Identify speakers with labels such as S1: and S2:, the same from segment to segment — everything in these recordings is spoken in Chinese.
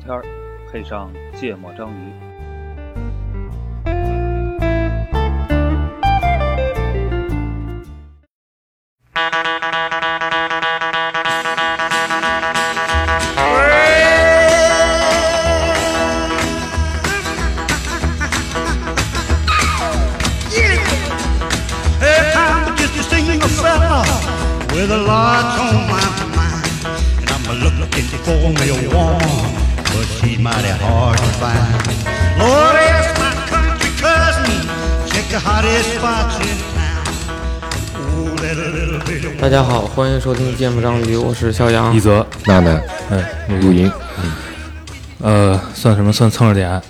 S1: 天儿，配上芥末章鱼。
S2: Hey, I'm just a single fella with a lot on my mind. And I'm a looking for me a woman, but she's mighty hard to find. Lord, ask my country cousin, check the hottest spots in town. Ooh, that little bit of
S3: 大家好，欢迎收听《芥末章鱼》，我是肖阳
S4: 一。泽，
S5: 娜娜、
S4: 嗯，
S5: 陆莹，
S4: 呃，算什么？算蹭热点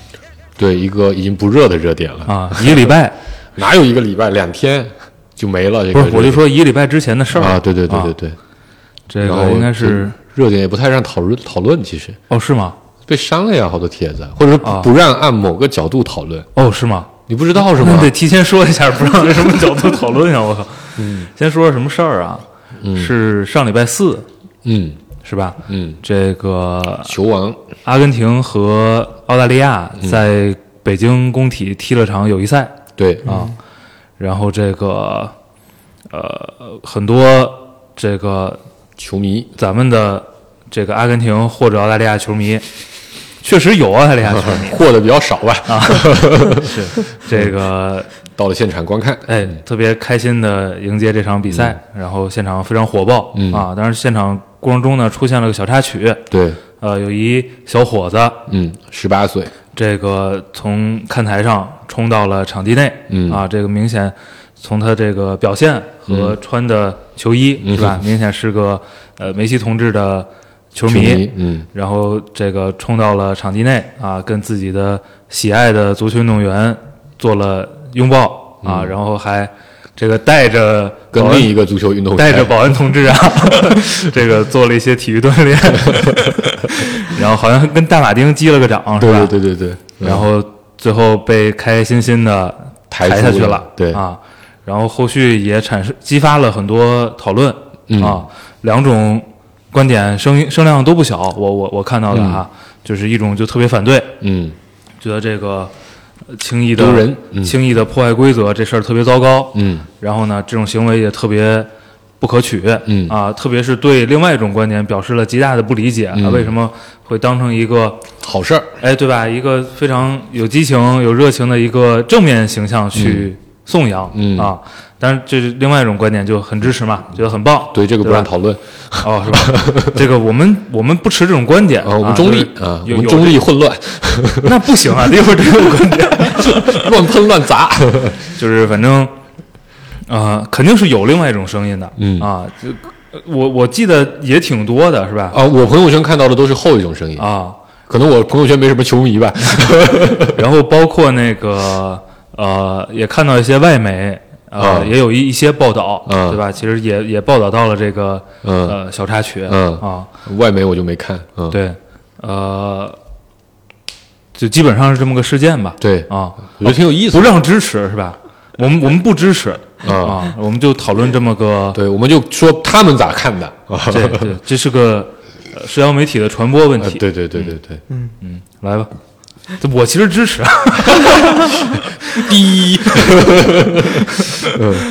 S5: 对一个已经不热的热点了，
S4: 啊！一个礼 拜，
S5: 哪有一个礼拜两天就没了？这
S4: 不
S5: 个
S4: 是，我就说一个礼拜之前的事儿
S5: 啊，对对对对
S4: 啊
S5: 对，
S4: 这
S5: 然后
S4: 个应该是
S5: 这热点也不太让讨论讨论，其实
S4: 哦，是吗？
S5: 被删了呀，好多帖子，或者说不
S4: 啊
S5: 不让按某个角度讨论，
S4: 哦，是吗？
S5: 你不知道是吗
S4: 那？得提前说一下，不让 什么角度讨论呀！我靠，嗯，先说说什么事儿啊？是上礼拜四
S5: 嗯
S4: 是吧？
S5: 嗯，
S4: 这个
S5: 球王
S4: 阿根廷和澳大利亚
S5: 嗯
S4: 在北京工体踢了场友谊赛，
S5: 对
S4: 啊，然后这个呃，很多这个
S5: 球迷
S4: 咱们的这个阿根廷或者澳大利亚球迷，确实有澳大利亚 球迷
S5: 获的比较少吧，
S4: 啊，是这个
S5: 到了现场观看，
S4: 哎，特别开心的迎接这场比赛，然后现场非常火爆、
S5: 嗯
S4: 啊。当然，现场过程中呢出现了个小插曲，
S5: 对，
S4: 呃，有一小伙子
S5: 嗯，十八岁，
S4: 这个从看台上冲到了场地内，
S5: 嗯
S4: 啊，这个明显从他这个表现和穿的球衣、
S5: 嗯
S4: 是吧，明显是个呃梅西同志的球
S5: 球
S4: 迷，
S5: 迷，嗯
S4: 然后这个冲到了场地内啊，跟自己的喜爱的足球运动员做了拥抱啊，
S5: 嗯
S4: 然后还这个带着
S5: 跟
S4: 保安
S5: 另一个足球运动员
S4: 带着保安同志啊， 这个做了一些体育锻炼， 然后好像跟大马丁击了个掌是
S5: 对
S4: 吧？
S5: 对对对对，嗯
S4: 然后最后被开开心心的
S5: 抬出
S4: 下去
S5: 了对
S4: 啊，然后后续也产生激发了很多讨论、
S5: 嗯
S4: 啊，两种观点声声量都不小，我我我看到的哈，就是一种就特别反对，
S5: 嗯
S4: 觉得这个呃轻易的
S5: 丢人嗯
S4: 轻易的破坏规则这事儿特别糟糕，
S5: 嗯
S4: 然后呢，这种行为也特别不可取，
S5: 嗯
S4: 啊，特别是对另外一种观点表示了极大的不理
S5: 嗯
S4: 解，啊，为什么会当成一个
S5: 好事儿，
S4: 哎，对吧？一个非常有激情、有热情的一个正面形象去颂扬、
S5: 嗯
S4: 啊。当然，这是另外一种观点，就很支持嘛，觉得很棒。
S5: 对这个不
S4: 吧
S5: 让讨论。
S4: 哦，是 吧？这个我们我们不持这种观点
S5: 啊，我们中立
S4: 就是
S5: 啊，我
S4: 有
S5: 们
S4: 有
S5: 中立混 乱，
S4: 这 那不行啊，得有这种观点。
S5: 乱喷乱砸。
S4: 就是反正，呃，肯定是有另外一种声音的，
S5: 嗯
S4: 啊，就呃我我记得也挺多的，是吧？
S5: 啊，我朋友圈看到的都是后一种声音，
S4: 啊，
S5: 可能我朋友圈没什么球迷吧。
S4: 然后包括那个呃，也看到一些外媒呃，
S5: 嗯
S4: 也有一一些报道，
S5: 嗯
S4: 对吧？其实也也报道到了这个、
S5: 嗯
S4: 呃小插曲，
S5: 嗯
S4: 啊，
S5: 外媒我就没看，嗯，
S4: 对，呃，就基本上是这么个事件吧。
S5: 对
S4: 啊，
S5: 我觉得挺有意思
S4: 不
S5: 的。
S4: 让支持是吧？我们我们不支持、
S5: 嗯
S4: 啊，我们就讨论这么个，
S5: 对，我们就说他们咋看的啊？
S4: 这这这是个呃社交媒体的传播问
S5: 呃
S4: 题。
S5: 对对对对对，
S4: 来吧，这我其实支 持，啊
S5: 第一，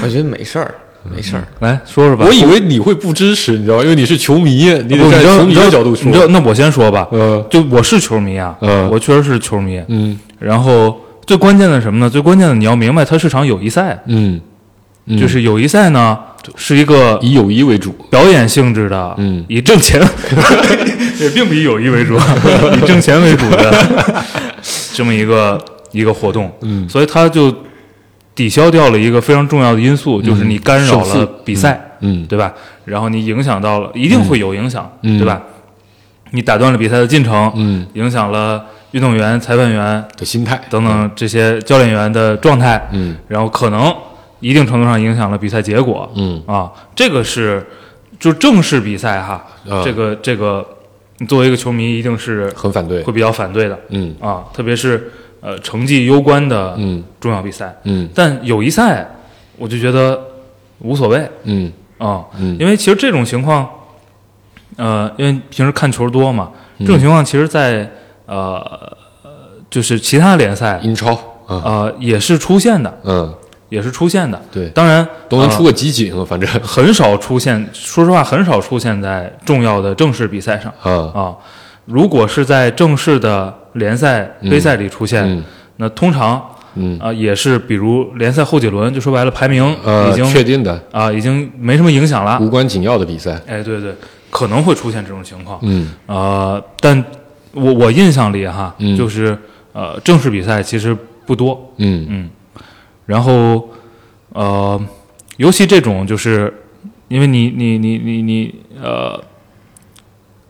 S3: 我觉得没事儿，没事儿。
S5: 嗯
S4: 来说说吧。
S5: 我以为你会不支持，你知道吧？因为你是球迷，你
S4: 不知
S5: 得站在
S4: 道
S5: 球迷
S4: 你知
S5: 的
S4: 道
S5: 角度说
S4: 你知。道，那我先说吧。
S5: 嗯
S4: 就我是球迷啊，
S5: 嗯
S4: 我确实是球迷。
S5: 嗯
S4: 然后最关键的是什么呢？最关键的你要明白，它是场友谊赛，
S5: 嗯，嗯
S4: 就是友谊赛呢是一个
S5: 以友谊为主。
S4: 表演性质的，
S5: 嗯
S4: 以挣 钱也并不以友谊为主，以挣钱为主 的这么一个一个活动。
S5: 嗯
S4: 所以它就抵消掉了一个非常重要的因素，就是你干扰
S5: 胜
S4: 了
S5: 负
S4: 比赛。
S5: 嗯，
S4: 对吧？然后你影响到了，一定会有影响，
S5: 嗯
S4: 对吧？你打断了比赛的进程，
S5: 嗯，
S4: 影响了运动员、裁判员
S5: 的心态
S4: 等等这些教练员的状态，
S5: 嗯，
S4: 然后可能一定程度上影响了比赛结果，
S5: 嗯
S4: 啊，这个是就正式比赛哈，
S5: 啊
S4: 这个这个，你作为一个球迷一定是
S5: 很反对
S4: 会。比较反对的，
S5: 嗯
S4: 啊，特别是呃成绩攸关的
S5: 嗯
S4: 重要比赛，
S5: 嗯
S4: 但友谊赛我就觉得无所谓，
S5: 嗯
S4: 啊、
S5: 嗯
S4: 因为其实
S5: 嗯
S4: 这种情况，呃，因为平时看球多嘛，这种情况其实在呃，就是其他联赛
S5: 英超啊，
S4: 呃也是出现的，
S5: 嗯，
S4: 也是出现的。
S5: 对
S4: 当然
S5: 都能
S4: 呃
S5: 出个集锦了， 反正
S4: 很少出现，说实话，很少出现在重要的正式比赛上
S5: 啊，
S4: 啊。如果是在正式的联赛、
S5: 嗯
S4: 杯赛里出现，
S5: 嗯
S4: 那通常啊、
S5: 嗯，
S4: 也是比如联赛后几轮，就说白了排名
S5: 呃
S4: 已，经
S5: 确定的
S4: 啊、已经没什么影响了。
S5: 无关紧要的比赛，
S4: 哎，对对，可能会出现这种情况。
S5: 嗯
S4: 呃，但我我印象里哈，
S5: 嗯
S4: 就是呃正式比赛其实不多，
S5: 嗯
S4: 嗯，然后呃，尤其这种就是因为你你你你你呃，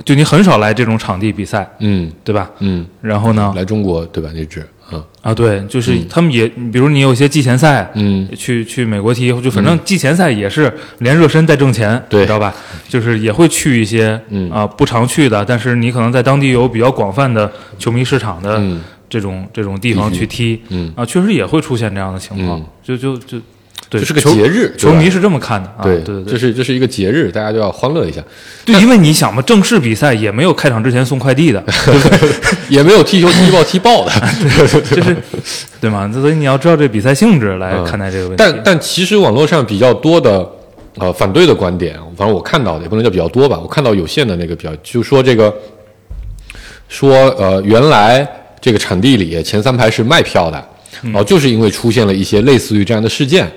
S4: 就你很少来这种场地比赛，
S5: 嗯
S4: 对吧？
S5: 嗯，
S4: 然后呢，
S5: 来中国对吧？那支啊，
S4: 啊，对，就是他们也，比如你有些季前赛。
S5: 嗯
S4: 去去美国踢，就反正季前赛也是连热身带挣钱，
S5: 对
S4: 你知道吧？就是也会去一些啊、
S5: 嗯
S4: 不常去的，但是你可能在当地有比较广泛的球迷市场的
S5: 嗯
S4: 这种、这种地方去踢，
S5: 嗯，
S4: 啊，确实也会出现这样的情况，
S5: 嗯
S4: 就就就，对，
S5: 这是个
S4: 球
S5: 节日，
S4: 球迷
S5: 是
S4: 是这么看的啊，对
S5: 对，
S4: 对
S5: 这是这是一个节日，大家就要欢乐一 下，
S4: 对，因为你想嘛，正式比赛也没有开场之前送快递的，
S5: 也没有踢球踢爆踢爆的，
S4: 就是对吗？所以你要知道这比赛性质来
S5: 嗯
S4: 看待这个问题。
S5: 但但其实网络上比较多的呃反对的观点，反正我看到的也不能叫比较多吧，我看到有限的那个比较，就说这个说呃原来这个场地里前三排是卖票的，然、后就是因为出现了一些类似于这样的事 件，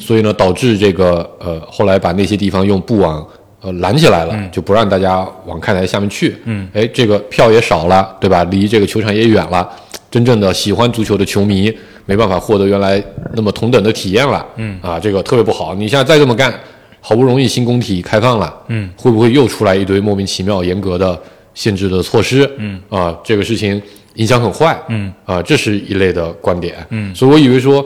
S5: 所以呢导致这个呃后来把那些地方用布网。呃，拦起来了，就不让大家往看台下面去。嗯，哎，这个票也少了，对吧？离这个球场也远了，真正的喜欢足球的球迷没办法获得原来那么同等的体验了。嗯，啊，这个特别不好。你现在再这么干，好不容易新工体开放了，嗯，会不会又出来一堆莫名其妙严格的限制的措施？嗯，啊，这个事情影响很坏。嗯，啊，这是一类的观点。嗯，所以我以为说。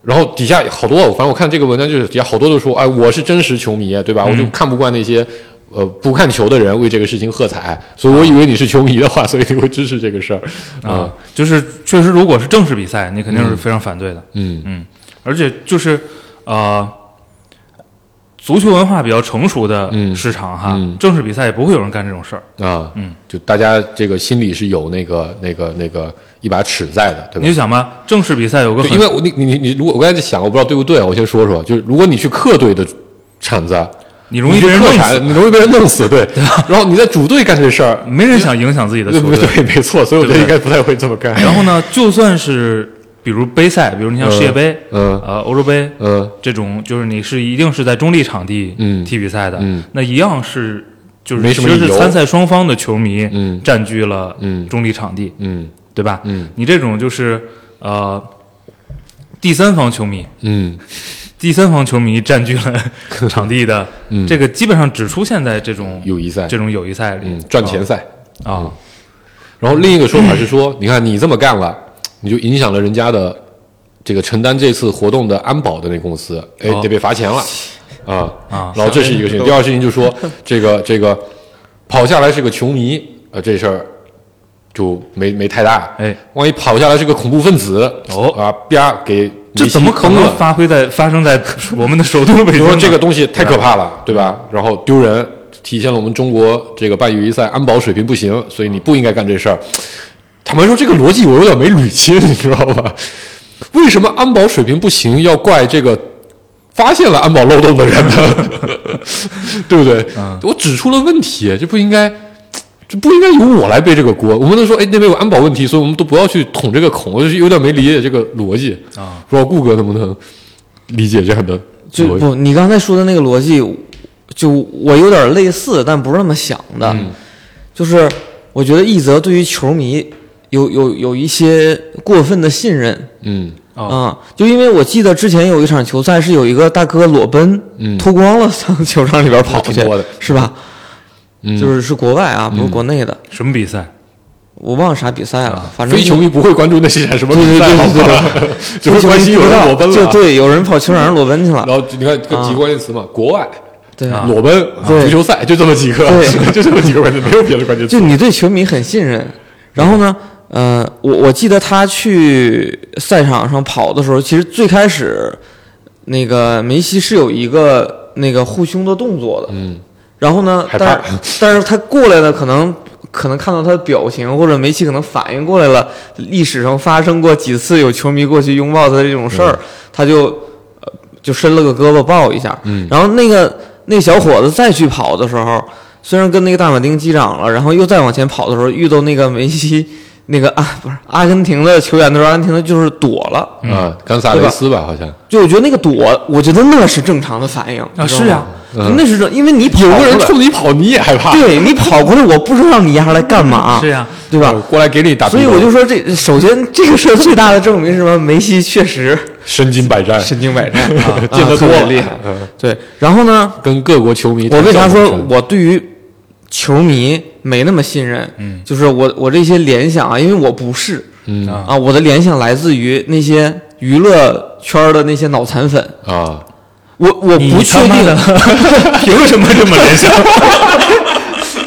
S5: 然后底下好多，反正我看这个文章就是底下好多都说，哎，我是真实球迷，啊对吧？
S4: 嗯
S5: 我就看不惯那些呃不看球的人为这个事情喝彩，所以我以为你是球迷的话，所以你会支持这个事儿嗯
S4: 啊，就是确实，如果是正式比赛，你肯定是非常反对的。
S5: 嗯
S4: 嗯，而且就是呃，足球文化比较成熟的
S5: 嗯
S4: 市场哈，
S5: 嗯
S4: 正式比赛也不会有人干这种事儿。
S5: 啊，
S4: 嗯，
S5: 就大家这个心里是有那个那个那个一把尺在的，对
S4: 你就？
S5: 吧
S4: 想吧，正式比赛有个
S5: 对
S4: 很
S5: 因为我你你你你，如果我刚才在想，我不知道对不对，我先说说，就是如果你去客队的场子，啊
S4: 你容易
S5: 你
S4: 被
S5: 去
S4: 人
S5: 客
S4: 弄
S5: 场
S4: 死，啊
S5: 你容易被人弄死，对。然后你在主队干这事儿，
S4: 没人想影响自己的
S5: 对
S4: 球队。
S5: 对，没错，所以我觉得应该不太会这么干。
S4: 然后呢，就算是比如杯赛，比如你像世界杯、
S5: 嗯
S4: 呃欧洲杯、
S5: 嗯
S4: 这种，就是你是一定是在中立场地
S5: 嗯
S4: 踢比赛的，
S5: 嗯
S4: 那一样是就是
S5: 没
S4: 其
S5: 什么
S4: 实是
S5: 理由
S4: 参赛双方的球迷
S5: 嗯
S4: 占据了
S5: 嗯
S4: 中立场地，
S5: 嗯
S4: 对吧？
S5: 嗯
S4: 你这种就是呃第三方球迷，
S5: 嗯
S4: 第三方球迷占据 了场地的，
S5: 嗯
S4: 这个基本上只出现在这种
S5: 友谊赛
S4: 这种友谊赛里，
S5: 嗯，赚钱赛。
S4: 啊、
S5: 嗯
S4: 啊
S5: 然后另一个说法是说，你看你这么干了，你就影响了人家的这个承担这次活动的安保的那公司，哎，
S4: 哦
S5: 得被罚 钱了啊
S4: 啊
S5: 然后这是一个事情，第二个事情就 是说，这个这个跑下来是个球迷，呃，这事儿就没没太大。
S4: 哎，
S5: 万一跑下来是个恐怖分子，
S4: 哦
S5: 啊，啪给
S4: 这
S5: 梅西
S4: 怎么可
S5: 崩
S4: 能
S5: 了？
S4: 发挥在发生在我们的首都北
S5: 你
S4: 京
S5: 说
S4: 呢？
S5: 这个东西太可怕了，对吧？然后丢人，体现了我们中国这个办友谊赛安保水平不行，所以你不应该干这事儿。坦白说，这个逻辑我有点没捋清，你知道吧？为什么安保水平不行要怪这个发现了安保漏洞的人呢？ 对不对？我指出了问题，这不应该。这不应该由我来背这个锅，我们能说，哎，那边有安保问题，所以我们都不要去捅这个孔，我就是有点没理解这个逻辑
S4: 啊。
S5: 不知道顾哥能不能理解这样的
S3: 就
S5: 逻辑？
S3: 不，你刚才说的那个逻辑，就我有点类似，但不是那么想的。
S5: 嗯
S3: 就是我觉得一泽对于球迷有有有一些过分的信任
S5: 嗯，
S3: 啊、
S4: 哦
S3: 就因为我记得之前有一场球赛是有一个大哥裸奔，
S5: 嗯
S3: 脱光了上球场里边跑去
S5: 挺多的，
S3: 是吧？
S5: 嗯
S3: 就是是国外啊，不是国内的，
S4: 什么比赛？
S5: 啊
S3: 我忘了啥比赛了，反正
S5: 非球迷不会关注那些什么
S3: 对
S5: 比
S3: 对
S5: 赛，
S3: 对
S5: 好不好
S3: 对
S5: 只会关心有人裸奔
S3: 就
S5: 了。嗯
S3: 对，有人跑球场上裸奔去了
S5: 然，后你看这几个关键词嘛，国外
S3: 对啊。
S5: 裸奔、
S3: 对
S5: 足球赛，就这么几个，
S3: 对
S5: 就这么几个关键，没有别的关键
S3: 就
S5: 词。
S3: 你对球迷很信任，然后呢，呃，我我记得他去赛场上跑的时候，其实最开始那个梅西是有一个那个护胸的动作的，
S5: 嗯，
S3: 然后呢，
S5: 害怕
S3: 但是但是他过来的可能可能看到他的表情，或者梅西可能反应过来了，历史上发生过几次有球迷过去拥抱他的这种事儿，他就呃就伸了个胳膊抱一下。
S5: 嗯
S3: 然后那个那小伙子再去跑的时候，虽然跟那个大马丁击掌了，然后又再往前跑的时候，遇到那个梅西 那个啊不是阿根廷的球员的时候，阿根廷的就是躲了。
S5: 啊，冈萨雷斯吧，好像
S3: 就我觉得那个躲，我觉得那是正常的反应
S4: 啊是
S3: 呀
S4: 啊、
S5: 嗯
S3: 那是正，因为你跑
S5: 有
S3: 过
S5: 个
S3: 来
S5: 人冲你跑，你也害 怕，
S3: 对你跑过来，我不知道你丫来干嘛，
S4: 是呀
S3: 对吧？
S5: 过来给你打屁
S3: 所
S5: 股，
S3: 以我就说这，首先这个事儿最大的证明是什么？梅西确实
S5: 身经百战，
S3: 神经百战，啊
S5: 见得
S3: 啊特
S5: 多
S3: 别
S5: 了
S3: 厉害。
S5: 嗯
S3: 对，然后呢，
S5: 跟各国球迷。
S3: 我为啥说我对于球迷没那么信任？嗯，就是我我这些联想啊，因为我不是，嗯
S4: 啊
S3: 啊，我的联想来自于那些娱乐圈儿的那些脑残粉，
S5: 啊？
S3: 我我
S4: 你
S3: 不确
S4: 他妈
S3: 定
S4: 的
S3: 凭什么这么联 想？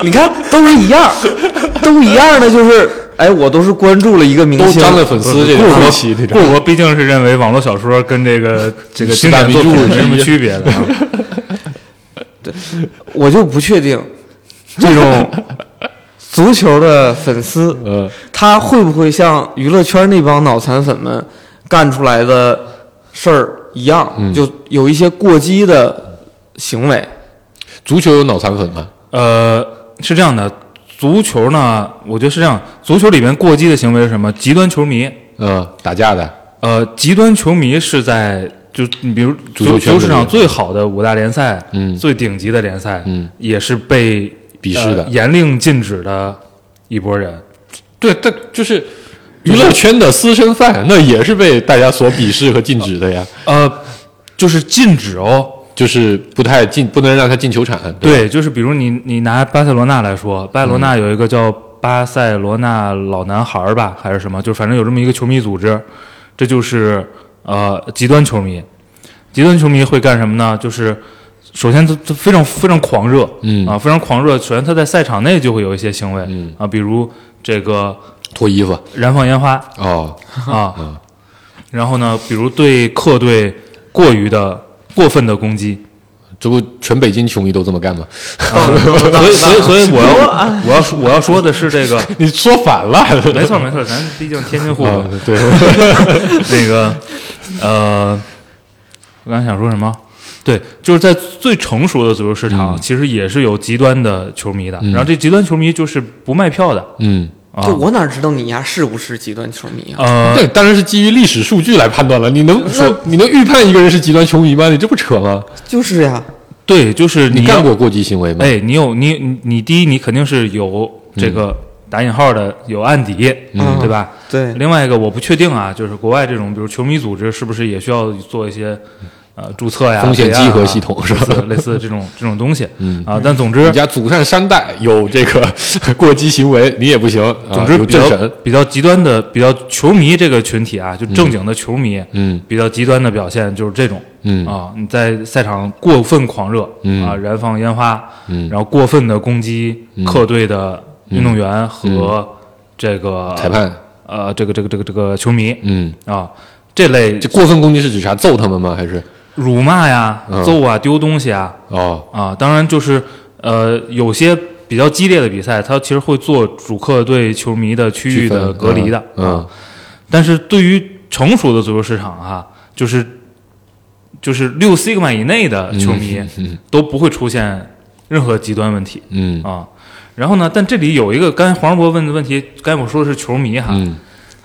S3: 你看都是一样儿，都一样儿的，就是哎，我都是关注了一个明
S5: 都
S3: 星，
S5: 沾了粉丝这个
S4: 不
S5: 分歧，这
S4: 不
S5: 种，
S4: 我毕竟是认为网络小说跟这个这个
S5: 四
S4: 经
S5: 大
S4: 典
S5: 名
S4: 作品
S5: 著
S4: 没什么
S5: 之一
S4: 区别的啊。
S3: 我就不确定这种足球的粉丝，
S5: 嗯
S3: 他会不会像娱乐圈那帮脑残粉们干出来的事儿一样，就有一些过激的行为。
S5: 足球有脑残粉吗？
S4: 呃，是这样的，足球呢，我觉得是这样，足球里面过激的行为是什么？极端球迷，
S5: 嗯，打架的，
S4: 呃，极端球迷是在就你比如足
S5: 足球圈
S4: 球市
S5: 里
S4: 场
S5: 面
S4: 最好的五大联赛，
S5: 嗯
S4: 最顶级的联赛，
S5: 嗯，
S4: 也是被
S5: 鄙视的
S4: 呃严令禁止的一拨人。
S5: 对，但就是娱乐圈的私生饭，那也是被大家所鄙视和禁止的呀，
S4: 呃，就是禁止哦。
S5: 就是不太进，不能让他进球场。吧，
S4: 对，就是比如你你拿巴塞罗那来说，巴塞罗
S5: 嗯
S4: 那有一个叫巴塞罗那老男孩儿吧，还是什么，就反正有这么一个球迷组织，这就是呃极端球迷。极端球迷会干什么呢？就是首先他他非常非常狂热，
S5: 嗯
S4: 啊，非常狂热。首先他在赛场内就会有一些行为，
S5: 嗯
S4: 啊，比如这个
S5: 脱衣服
S4: 燃放烟花
S5: 哦，
S4: 啊，然后呢，比如对客队过于的过分的攻击，
S5: 这不全北京球迷都这么干吗？
S4: 啊 所以，所以，所以我要我要说我要说的是这 个，
S5: 你说反了，
S4: 没错没错，咱毕竟天津户口
S5: 啊，对，
S4: 那个呃，我刚才想说什么？对，就是在最成熟的足球市
S5: 嗯
S4: 场，其实也是有极端的球迷的。然后这极端球迷就是不卖票的
S5: 嗯。
S4: 啊
S3: 就。我哪知道你呀是不是极端球迷啊？
S4: 呃，
S5: 对，当然是基于历史数据来判断了。你能那你能预判一个人是极端球迷吗？你这不扯吗？
S3: 就是呀，
S4: 对，就是
S5: 你
S4: 要
S5: 干过过激行为吗？
S4: 哎，你有你你你第一，你肯定是有这
S5: 嗯
S4: 个打引号的有案底，
S3: 嗯
S4: 对吧？
S3: 对
S4: 另外一个我不确定啊，就是国外这种，比如球迷组织，是不是也需要做一些呃注册呀、
S5: 风险
S4: 备案啊
S5: 集合系统是吧
S4: 类似类似这种这种东西，嗯啊，但总之
S5: 你家祖上三代有这个 过激行为，你也不行。啊
S4: 总之
S5: 有
S4: 比较
S5: 政审，
S4: 比较极端的，比较球迷这个群体啊，就正经的球迷，
S5: 嗯
S4: 比较极端的表现就是这种，
S5: 嗯
S4: 啊，你在赛场过分狂热，
S5: 嗯
S4: 啊，燃放烟花，
S5: 嗯
S4: 然后过分的攻击客队的运动员和这个
S5: 嗯裁，判，
S4: 呃，这个这个这个这个球迷
S5: 嗯，
S4: 啊，这类
S5: 这过分攻击是指啥？揍他们吗？还是
S4: 辱骂呀
S5: 嗯、
S4: 揍啊、丢东西啊，
S5: 哦，
S4: 啊，当然就是呃，有些比较激烈的比赛，它其实会做主客队球迷的区域
S5: 区分
S4: 的隔离的，
S5: 嗯
S4: 啊但是对于成熟的足球市场啊，就是就是六 sigma 以内
S5: 嗯
S4: 的啊球迷、都不会出现任何极端问题
S5: 嗯
S4: 啊。然后呢，但这里有一个，刚才黄世博问的问题，刚才我说的是球迷哈，
S5: 嗯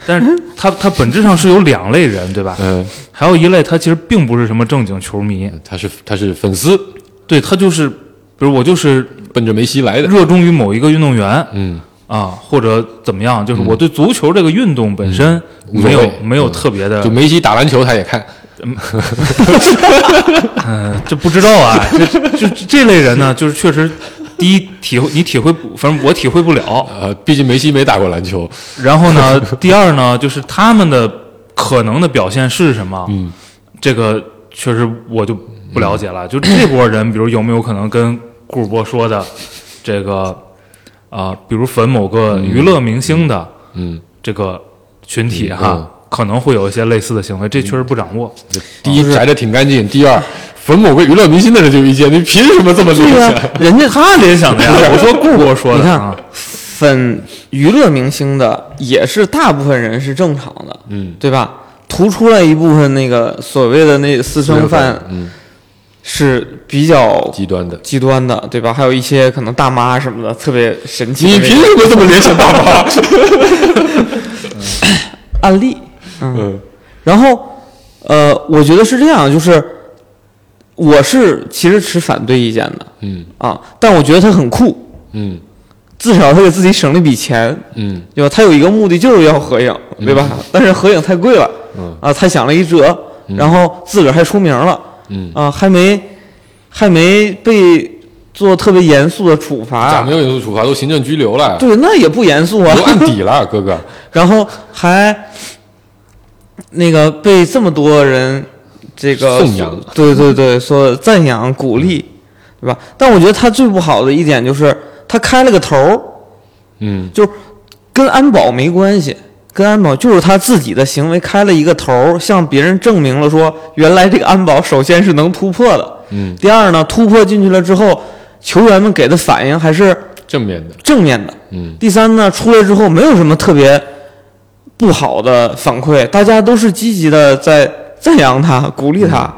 S4: 但是他他本质上是有两类人，对吧？
S5: 嗯，
S4: 还有一类他其实并不是什么正经球迷，
S5: 他是他是粉丝，
S4: 对他就是，比如我就是
S5: 奔着梅西来的。
S4: 热衷于某一个运动员
S5: 嗯
S4: 啊，或者怎么样，就是我对足球这个运动本身
S5: 嗯无
S4: 没
S5: 所
S4: 有、
S5: 谓
S4: 没有特别的
S5: 嗯就，梅西打篮球他也看，
S4: 呃这不知道啊， 这这这类人呢，就是确实第一体会你体会不，反正我体会不了。
S5: 呃，毕竟梅西没打过篮球，
S4: 然后 呢，第二呢，就是他们的可能的表现是什么？嗯，这个确实我就不了解了。就这波人，比如有没有可能跟顾主播说的这个啊、比如粉某个娱乐明星的，
S5: 嗯，
S4: 这个群体
S5: 嗯
S4: 哈，
S5: 嗯
S4: 可能会有一些类似的行为，这确实不掌握。
S5: 第一宅的挺干净，第二粉某个娱乐明星的人就有意见，你凭什么这么厉
S3: 对呀
S5: 害？，
S3: 人家
S4: 他联想的呀，我说顾我说
S3: 你
S4: 的
S3: 看
S4: 啊，
S3: 粉娱乐明星的，也是大部分人是正常的，
S5: 嗯，
S3: 对吧？突出来一部分那个所谓的那私生饭
S5: 嗯，
S3: 是比较
S5: 极端的。
S3: 极端的，对吧？还有一些可能大妈什么的，特别神奇的
S5: 你
S3: 那种
S5: 凭什么这么联想大妈？
S3: 案例，
S5: 嗯
S3: 然后，呃，我觉得是这样，就是我是其实持反对意见的
S5: 嗯
S3: 啊，但我觉得他很酷，
S5: 嗯
S3: 至少他给自己省了一笔钱，
S5: 嗯
S3: 对吧？他有一个目的就是要合影，对吧？但是合影太贵了，
S5: 嗯
S3: 啊，他想了一折，然后自个儿还出名了，
S5: 嗯，
S3: 啊，还没还没被做特别严肃的处
S5: 咋
S3: 罚
S5: 没，有严肃处罚？都行政拘留了，
S3: 啊对，那也不严肃啊，
S5: 都案底了，哥哥。
S3: 然后还那个被这么多人这个
S5: 颂扬，嗯
S3: 对对对，所赞扬鼓励，对吧？但我觉得他最不好的一点就是他开了个头儿，
S5: 嗯
S3: 就是跟安保没关系。跟安保就是他自己的行为开了一个头儿，向别人证明了说，原来这个安保首先是能突破的，
S5: 嗯，
S3: 第二呢，突破进去了之后，球员们给的反应还是
S5: 正面的。
S3: 正面的，
S5: 嗯
S3: 第三呢，出来之后没有什么特别不好的反馈，大家都是积极的在赞扬他、鼓励他，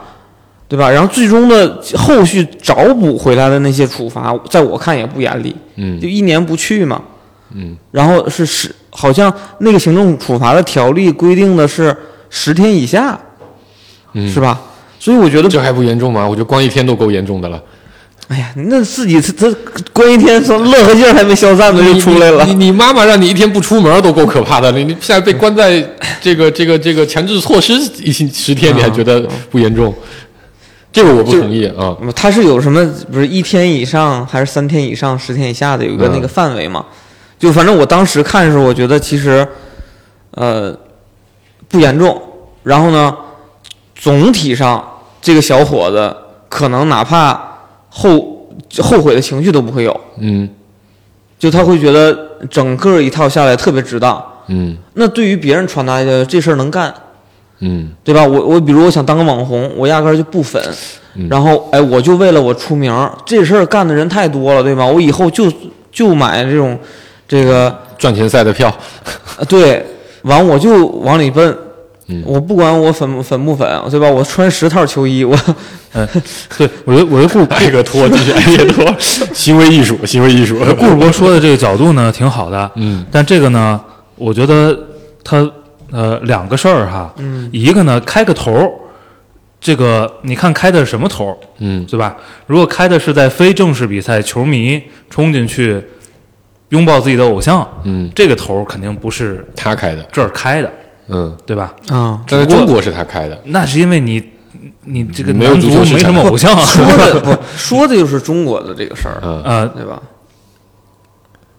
S3: 对吧？然后最终的后续找补回来的那些处罚，在我看也不严厉，
S5: 嗯
S3: 就一年不去嘛。
S5: 嗯，
S3: 然后是十，好像那个行政处罚的条例规定的是十天以下，
S5: 嗯
S3: 是吧？所以我觉得
S5: 这还不严重吗？我觉得光一天都够严重的了。
S3: 哎呀，那自己这这关一天，说乐呵劲儿还没消散呢，就出来了
S5: 你。你你妈妈让你一天不出门都够可怕的了，你你现在被关在这个这个这个强制措施一星十天，你还觉得不严重？这个我不同意啊。
S3: 嗯它是有什么不是一天以上还是三天以上、十天以下的有一个
S5: 嗯
S3: 那个范围嘛？就反正我当时看的时候，我觉得其实，呃，不严重。然后呢，总体上这个小伙子可能哪怕后后悔的情绪都不会有，
S5: 嗯
S3: 就他会觉得整个一套下来特别值当。
S5: 嗯
S3: 那对于别人传达的这事儿能干，
S5: 嗯
S3: 对吧？我我比如我想当个网红，我压根儿就不粉，然后哎，我就为了我出名儿，这事儿干的人太多了，对吧？我以后就就买这种这个
S5: 赚钱赛的票，
S3: 呃对，完我就往里奔，我不管我粉不粉不粉，对吧？我穿十套球衣，我
S4: 对，我觉得我觉得顾
S5: 挨个拖，继续挨个拖，行为艺术，行为艺术。
S4: 呃顾主播说的这个角度呢挺好的，
S5: 嗯，
S4: 但这个呢，我觉得他呃两个事儿哈，嗯，一个呢开个头儿，这个你看开的是什么头儿，
S5: 嗯
S4: 对吧？如果开的是在非正式比赛，球迷冲进去拥抱自己的偶像，
S5: 嗯，
S4: 这个头儿肯定不是
S5: 他开的，
S4: 这儿开的，
S5: 嗯，
S4: 对吧？
S3: 啊，
S5: 但是中国是他开的，
S4: 那是因为你你这个
S5: 没有
S4: 男足
S5: 足球市
S4: 没什
S5: 场
S4: 么偶像啊，
S3: 说的不说的就是中国的这个事儿，
S5: 嗯
S4: 呃，
S3: 对吧？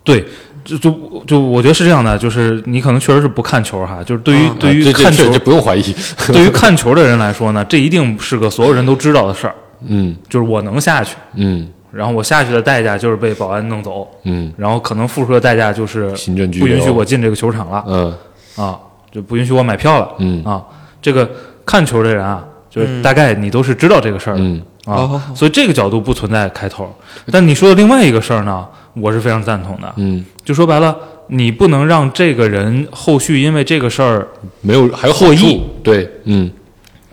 S4: 对，就就就我觉得是这样的，就是你可能确实是不看球哈，就是对于、
S3: 啊
S4: 对于
S5: 这这
S4: 看
S5: 这
S4: 球
S5: 这不用怀疑。
S4: 对于看球的人来说呢，这一定是个所有人都知道的事儿，
S5: 嗯
S4: 就是我能下去，
S5: 嗯
S4: 然后我下去的代价就是被保安弄走，
S5: 嗯
S4: 然后可能付出的代价就是
S5: 行政拘
S4: 不允许
S5: 留
S4: 我进这个球场了、
S5: 嗯
S4: 啊，就不允许我买票了，
S5: 嗯
S4: 啊，这个看球的人啊，就是大概你都是知道这个事儿的。
S5: 嗯
S3: 哦
S4: 啊，所以这个角度不存在开头，但你说的另外一个事儿呢，我是非常赞同的。
S5: 嗯，
S4: 就说白了，你不能让这个人后续因为这个事儿，
S5: 没有还有好
S4: 获
S5: 处
S4: 益，
S5: 对，嗯，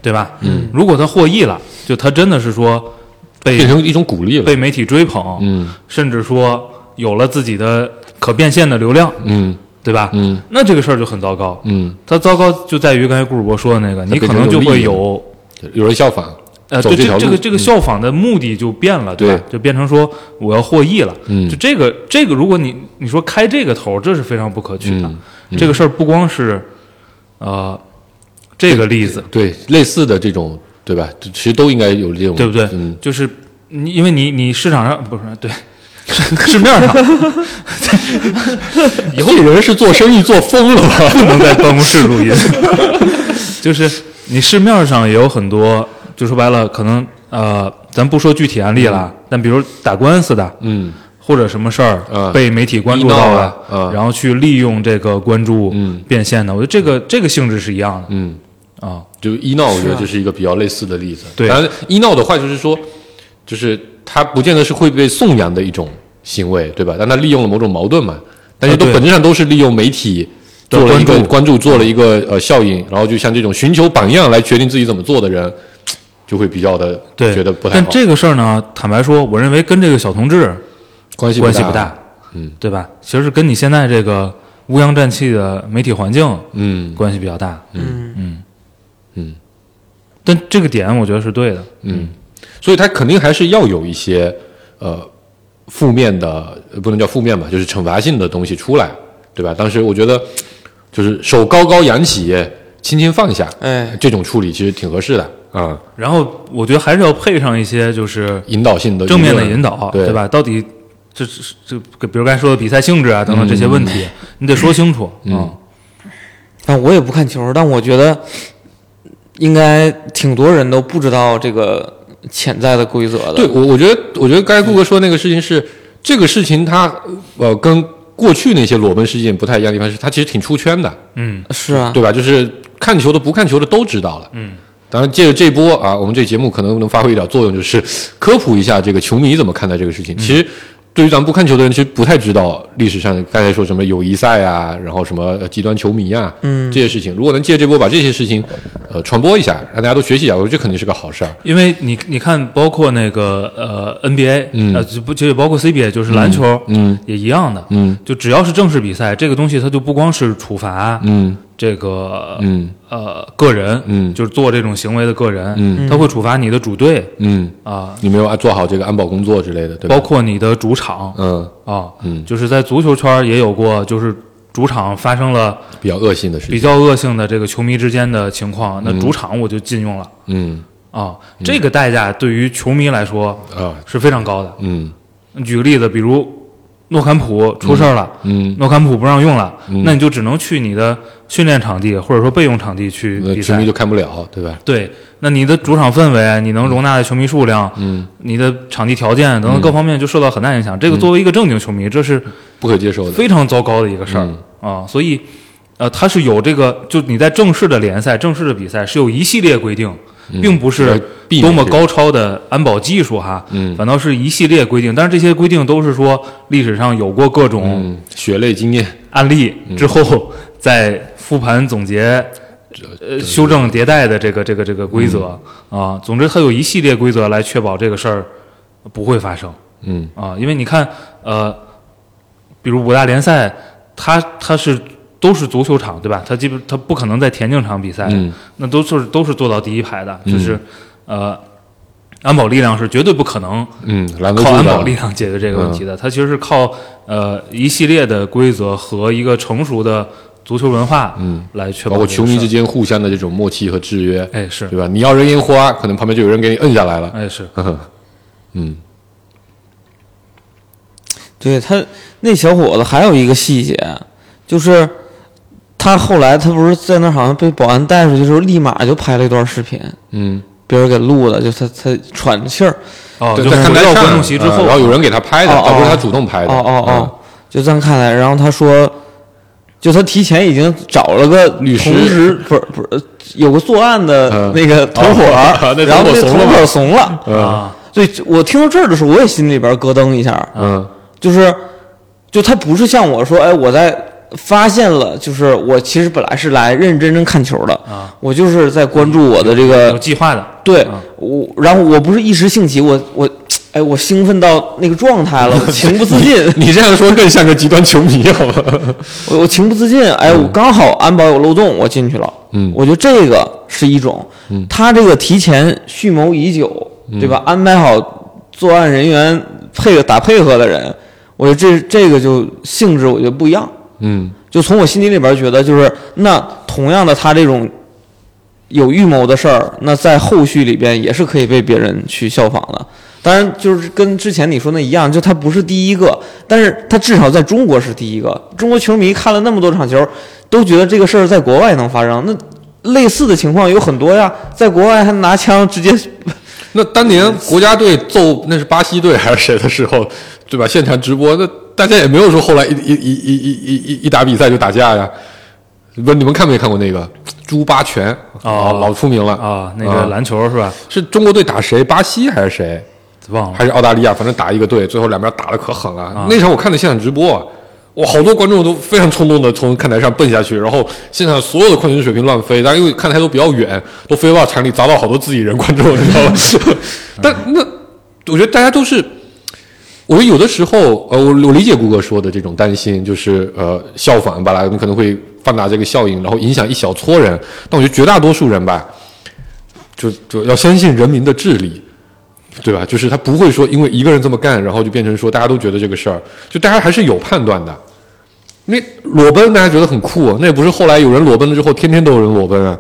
S4: 对吧？嗯，如果他获益了，就他真的是说
S5: 变
S4: 被
S5: 成一种鼓励了
S4: 被。媒体追捧，
S5: 嗯
S4: 甚至说有了自己的可变现的流量，
S5: 嗯
S4: 对吧？
S5: 嗯
S4: 那这个事儿就很糟糕。
S5: 嗯，
S4: 它糟糕就在于刚才顾主播说的那个，你
S5: 变
S4: 可
S5: 成
S4: 能
S5: 有
S4: 就
S5: 利
S4: 会
S5: 益
S4: 有
S5: 有人效仿，
S4: 呃，
S5: 走
S4: 对，
S5: 条
S4: 这这
S5: 路。嗯
S4: 个这个效仿的目的就变了，吧？就变成说我要获益了，
S5: 嗯
S4: 就这个这个，如果你你说开这个头，这是非常不可取的
S5: 嗯。
S4: 这个事儿不光是呃这个例子，
S5: 对类似的这种，对吧？其实都应该有这种，
S4: 对不对？
S5: 嗯，
S4: 就是你因为你你市场上不是对 市面上
S5: 以后人是做生意做疯了吧？
S4: 不能在办公室录音， 就是你市面上也有很多，就说白了，可能呃，咱不说具体案例了，但比如打官司的，
S5: 嗯
S4: 或者什么事儿、
S5: 嗯
S4: 被媒体关注到了，
S5: 医闹啊嗯
S4: 然后去利用这个关注
S5: 嗯
S4: 变现的，我觉得这个这个性质是一样的
S5: 嗯，
S4: 啊、
S5: 就医闹，我觉
S3: 是
S5: 得
S3: 啊
S5: 就是一个比较类似的例子。
S4: 对
S5: 当然医闹的话就是说，就是它不见得是会被颂扬的一种行为，对吧？但它利用了某种矛盾嘛，但是
S4: 啊
S5: 都
S4: 对
S5: 本质上都是利用媒体
S4: 的
S5: 做了一个
S4: 关注
S5: 关注，做了一个呃效应，然后就像这种寻求榜样来决定自己怎么做的人，就会比较的
S4: 对，
S5: 觉得不太
S4: 但
S5: 好，
S4: 这个事儿呢，坦白说，我认为跟这个小同志
S5: 关系
S4: 关系
S5: 不
S4: 不
S5: 大
S4: 大，，
S5: 嗯
S4: 对吧？其实是跟你现在这个乌泱瘴气的媒体环境
S5: 嗯
S4: 关系比较大。
S3: 嗯，
S5: 嗯
S4: 但这个点我觉得是对的，
S5: 嗯，所以他肯定还是要有一些呃负面的，呃不能叫负面吧，就是惩罚性的东西出来，对吧？当时我觉得就是手高高扬起，轻轻放下，
S3: 哎，
S5: 这种处理其实挺合适的啊、
S4: 然后我觉得还是要配上一些就是
S5: 引导性的
S4: 正面的
S5: 舆论
S4: 引导，
S5: 对
S4: 对？吧？到底这是这这，比如该说的比赛性质啊等等这些问题，你得说清楚。
S5: 嗯
S3: 但我也不看球，但我觉得应该挺多人都不知道这个潜在的规则的。
S5: 对，我我觉得，我觉得刚才顾哥说那个事情是、这个事情它，呃跟过去那些裸奔事件不太一样的地方是，它其实挺出圈的，
S4: 嗯
S3: 是啊，
S5: 对吧？就是看球的、不看球的都知道了。
S4: 嗯
S5: 当然，借着这波啊，我们这节目可能能发挥一点作用，就是科普一下这个球迷怎么看待这个事情。其实，
S4: 嗯
S5: 对于咱们不看球的人，其实不太知道历史上刚才说什么友谊赛啊，然后什么极端球迷啊，
S3: 嗯
S5: 这些事情，如果能借这波把这些事情，呃，传播一下，让大家都学习一下，我觉得这肯定是个好事儿。
S4: 因为你你看，包括那个呃 NBA，
S5: 嗯
S4: 呃就不就包括 CBA，就是篮球
S5: 嗯
S4: 也一样的，
S5: 嗯
S4: 就只要是正式比赛，这个东西它就不光是处罚
S5: 嗯
S4: 这个
S5: 嗯
S4: 呃个人，
S5: 嗯
S4: 就是做这种行为的个人，
S5: 嗯
S4: 他会处罚你的主队
S5: 嗯，
S4: 啊，
S5: 你没有做好这个安保工作之类的，对吧？
S4: 包括你的主场
S5: 嗯
S4: 啊，
S5: 嗯，
S4: 就是在足球圈也有过，就是主场发生了
S5: 比较恶性的事
S4: 比
S5: 情。
S4: 较恶性的这个球迷之间的情况，那主场我就禁用了
S5: 嗯
S4: 啊，这个代价对于球迷来说
S5: 啊
S4: 是非常高的。
S5: 嗯
S4: 举个例子，比如诺坎普出事儿了。
S5: 嗯，
S4: 诺坎普不让用了，
S5: 嗯
S4: 那你就只能去你的训练场地或者说备用场地去
S5: 那
S4: 比
S5: 球
S4: 赛
S5: 迷。就看不了，对吧？
S4: 对，那你的主场氛围、你能容纳的球迷数量、
S5: 嗯，
S4: 你的场地条件等等各方面就受到很大影响。这个作为一个正经球迷，这是
S5: 不可接受的。
S4: 非常糟糕的一个事儿、
S5: 嗯
S4: 啊。所以，呃，它是有这个，就你在正式的联赛、正式的比赛是有一系列规定，并不
S5: 来
S4: 是
S5: 嗯避
S4: 多
S5: 免
S4: 么
S5: 这个
S4: 高超的安保技术哈，
S5: 嗯
S4: 反倒是一系列规定。但是这些规定都是说历史上有过各种、
S5: 嗯，血泪经验。
S4: 案例之后再复盘总结。呃，修正迭代的这个这个这个规则、啊，总之它有一系列规则来确保这个事儿呃不会发生
S5: 嗯
S4: 啊，因为你看，呃，比如五大联赛，它它是都是足球场对吧？它基本它不可能在田径场比赛，
S5: 嗯
S4: 那都是都是坐到第一排的，就是、呃，安保力量是绝对不可能
S5: 嗯，拦得
S4: 靠
S5: 住
S4: 安保力
S5: 的。
S4: 量解决这个问题
S5: 嗯
S4: 的，它其实是靠呃一系列的规则和一个成熟的足球文化，
S5: 嗯，
S4: 来确保
S5: 包括
S4: 这个
S5: 球
S4: 事儿
S5: 迷之，间互相的这种默契和制约，
S4: 哎是，
S5: 对吧？你要扔烟花，可能旁边就有人给你摁下来了。
S4: 哎是，
S5: 呵呵 嗯
S3: 对他那小伙子还有一个细节，就是他后来他不是在那儿好像被保安带出去的时候，立马就拍了一段视频，
S5: 嗯，
S3: 别人给录的，就他他喘气儿，
S4: 哦，
S5: 对
S4: 就
S5: 在
S4: 是
S5: 看
S4: 回
S5: 台
S4: 到
S5: 上，
S4: 观众席之
S5: 呃
S4: 后，
S5: 然后有人给他拍的，
S3: 哦哦
S5: 而不是他主动拍
S3: 哦
S5: 的。嗯
S3: 哦哦，就这样看来，然后他说。就他提前已经找了个
S5: 律师
S3: 同时不是不是有个作案的
S5: 嗯
S3: 那个同伙儿，
S5: 哦那
S3: 然后那
S5: 同
S3: 同
S5: 伙
S3: 伙怂了。
S5: 嗯
S4: 啊，
S3: 所以我听到这儿的时候，我也心里边咯噔一下。
S5: 嗯
S3: 就是，就他不是像我说，哎，我在发现了，就是我其实本来是来认认真真看球的，
S4: 啊
S3: 我就是在关注我的这
S4: 有
S5: 呃，
S3: 个，
S4: 计划的，
S3: 对
S4: 啊
S3: 我，然后我不是一时兴起，我我，哎，我兴奋到那个状态了，我情不自禁
S5: 你这样说更像个极端球迷，好吧？
S3: 我我情不自禁，哎，我刚好安保有漏洞，我进去了，
S5: 嗯
S3: 我觉得这个是一种，他这个提前蓄谋已久，对吧？安排好作案人员配打配合的人，我觉得这这个就性质我觉得不一样。
S5: 嗯
S3: 就从我心底里边觉得，就是那同样的，他这种有预谋的事儿，那在后续里边也是可以被别人去效仿的。当然，就是跟之前你说那一样，就他不是第一个，但是他至少在中国是第一个。中国球迷看了那么多场球，都觉得这个事儿在国外能发生，那类似的情况有很多呀，在国外还拿枪直接
S5: 那当年国家队揍那是巴西队还是谁的时候，对吧？现场直播，那大家也没有说后来一一一一一一一打比赛就打架呀。不是你们看没看过那个猪八拳啊，
S4: 哦
S5: 老出名了
S4: 啊，那个篮球是吧？
S5: 是中国队打谁？巴西还是谁？
S4: 忘了
S5: 啊还是澳大利亚？反正打一个队，最后两边打的可狠了。那场我看的现场直播，啊哇，好多观众都非常冲动的从看台上奔下去，然后现场所有的矿泉水瓶乱飞，但因为看台都比较远，都飞到场里砸到好多自己人观众，你知道吗？但那我觉得大家都是，我觉得有的时候，呃，我我理解顾哥说的这种担心，就是呃效仿吧，我们可能会放大这个效应，然后影响一小撮人，但我觉得绝大多数人吧，就就要相信人民的智力。对吧？就是他不会说因为一个人这么干，然后就变成说大家都觉得这个事儿，就大家还是有判断的。那裸奔大家觉得很酷、啊，那也不是后来有人裸奔了之后天天都有人裸奔啊。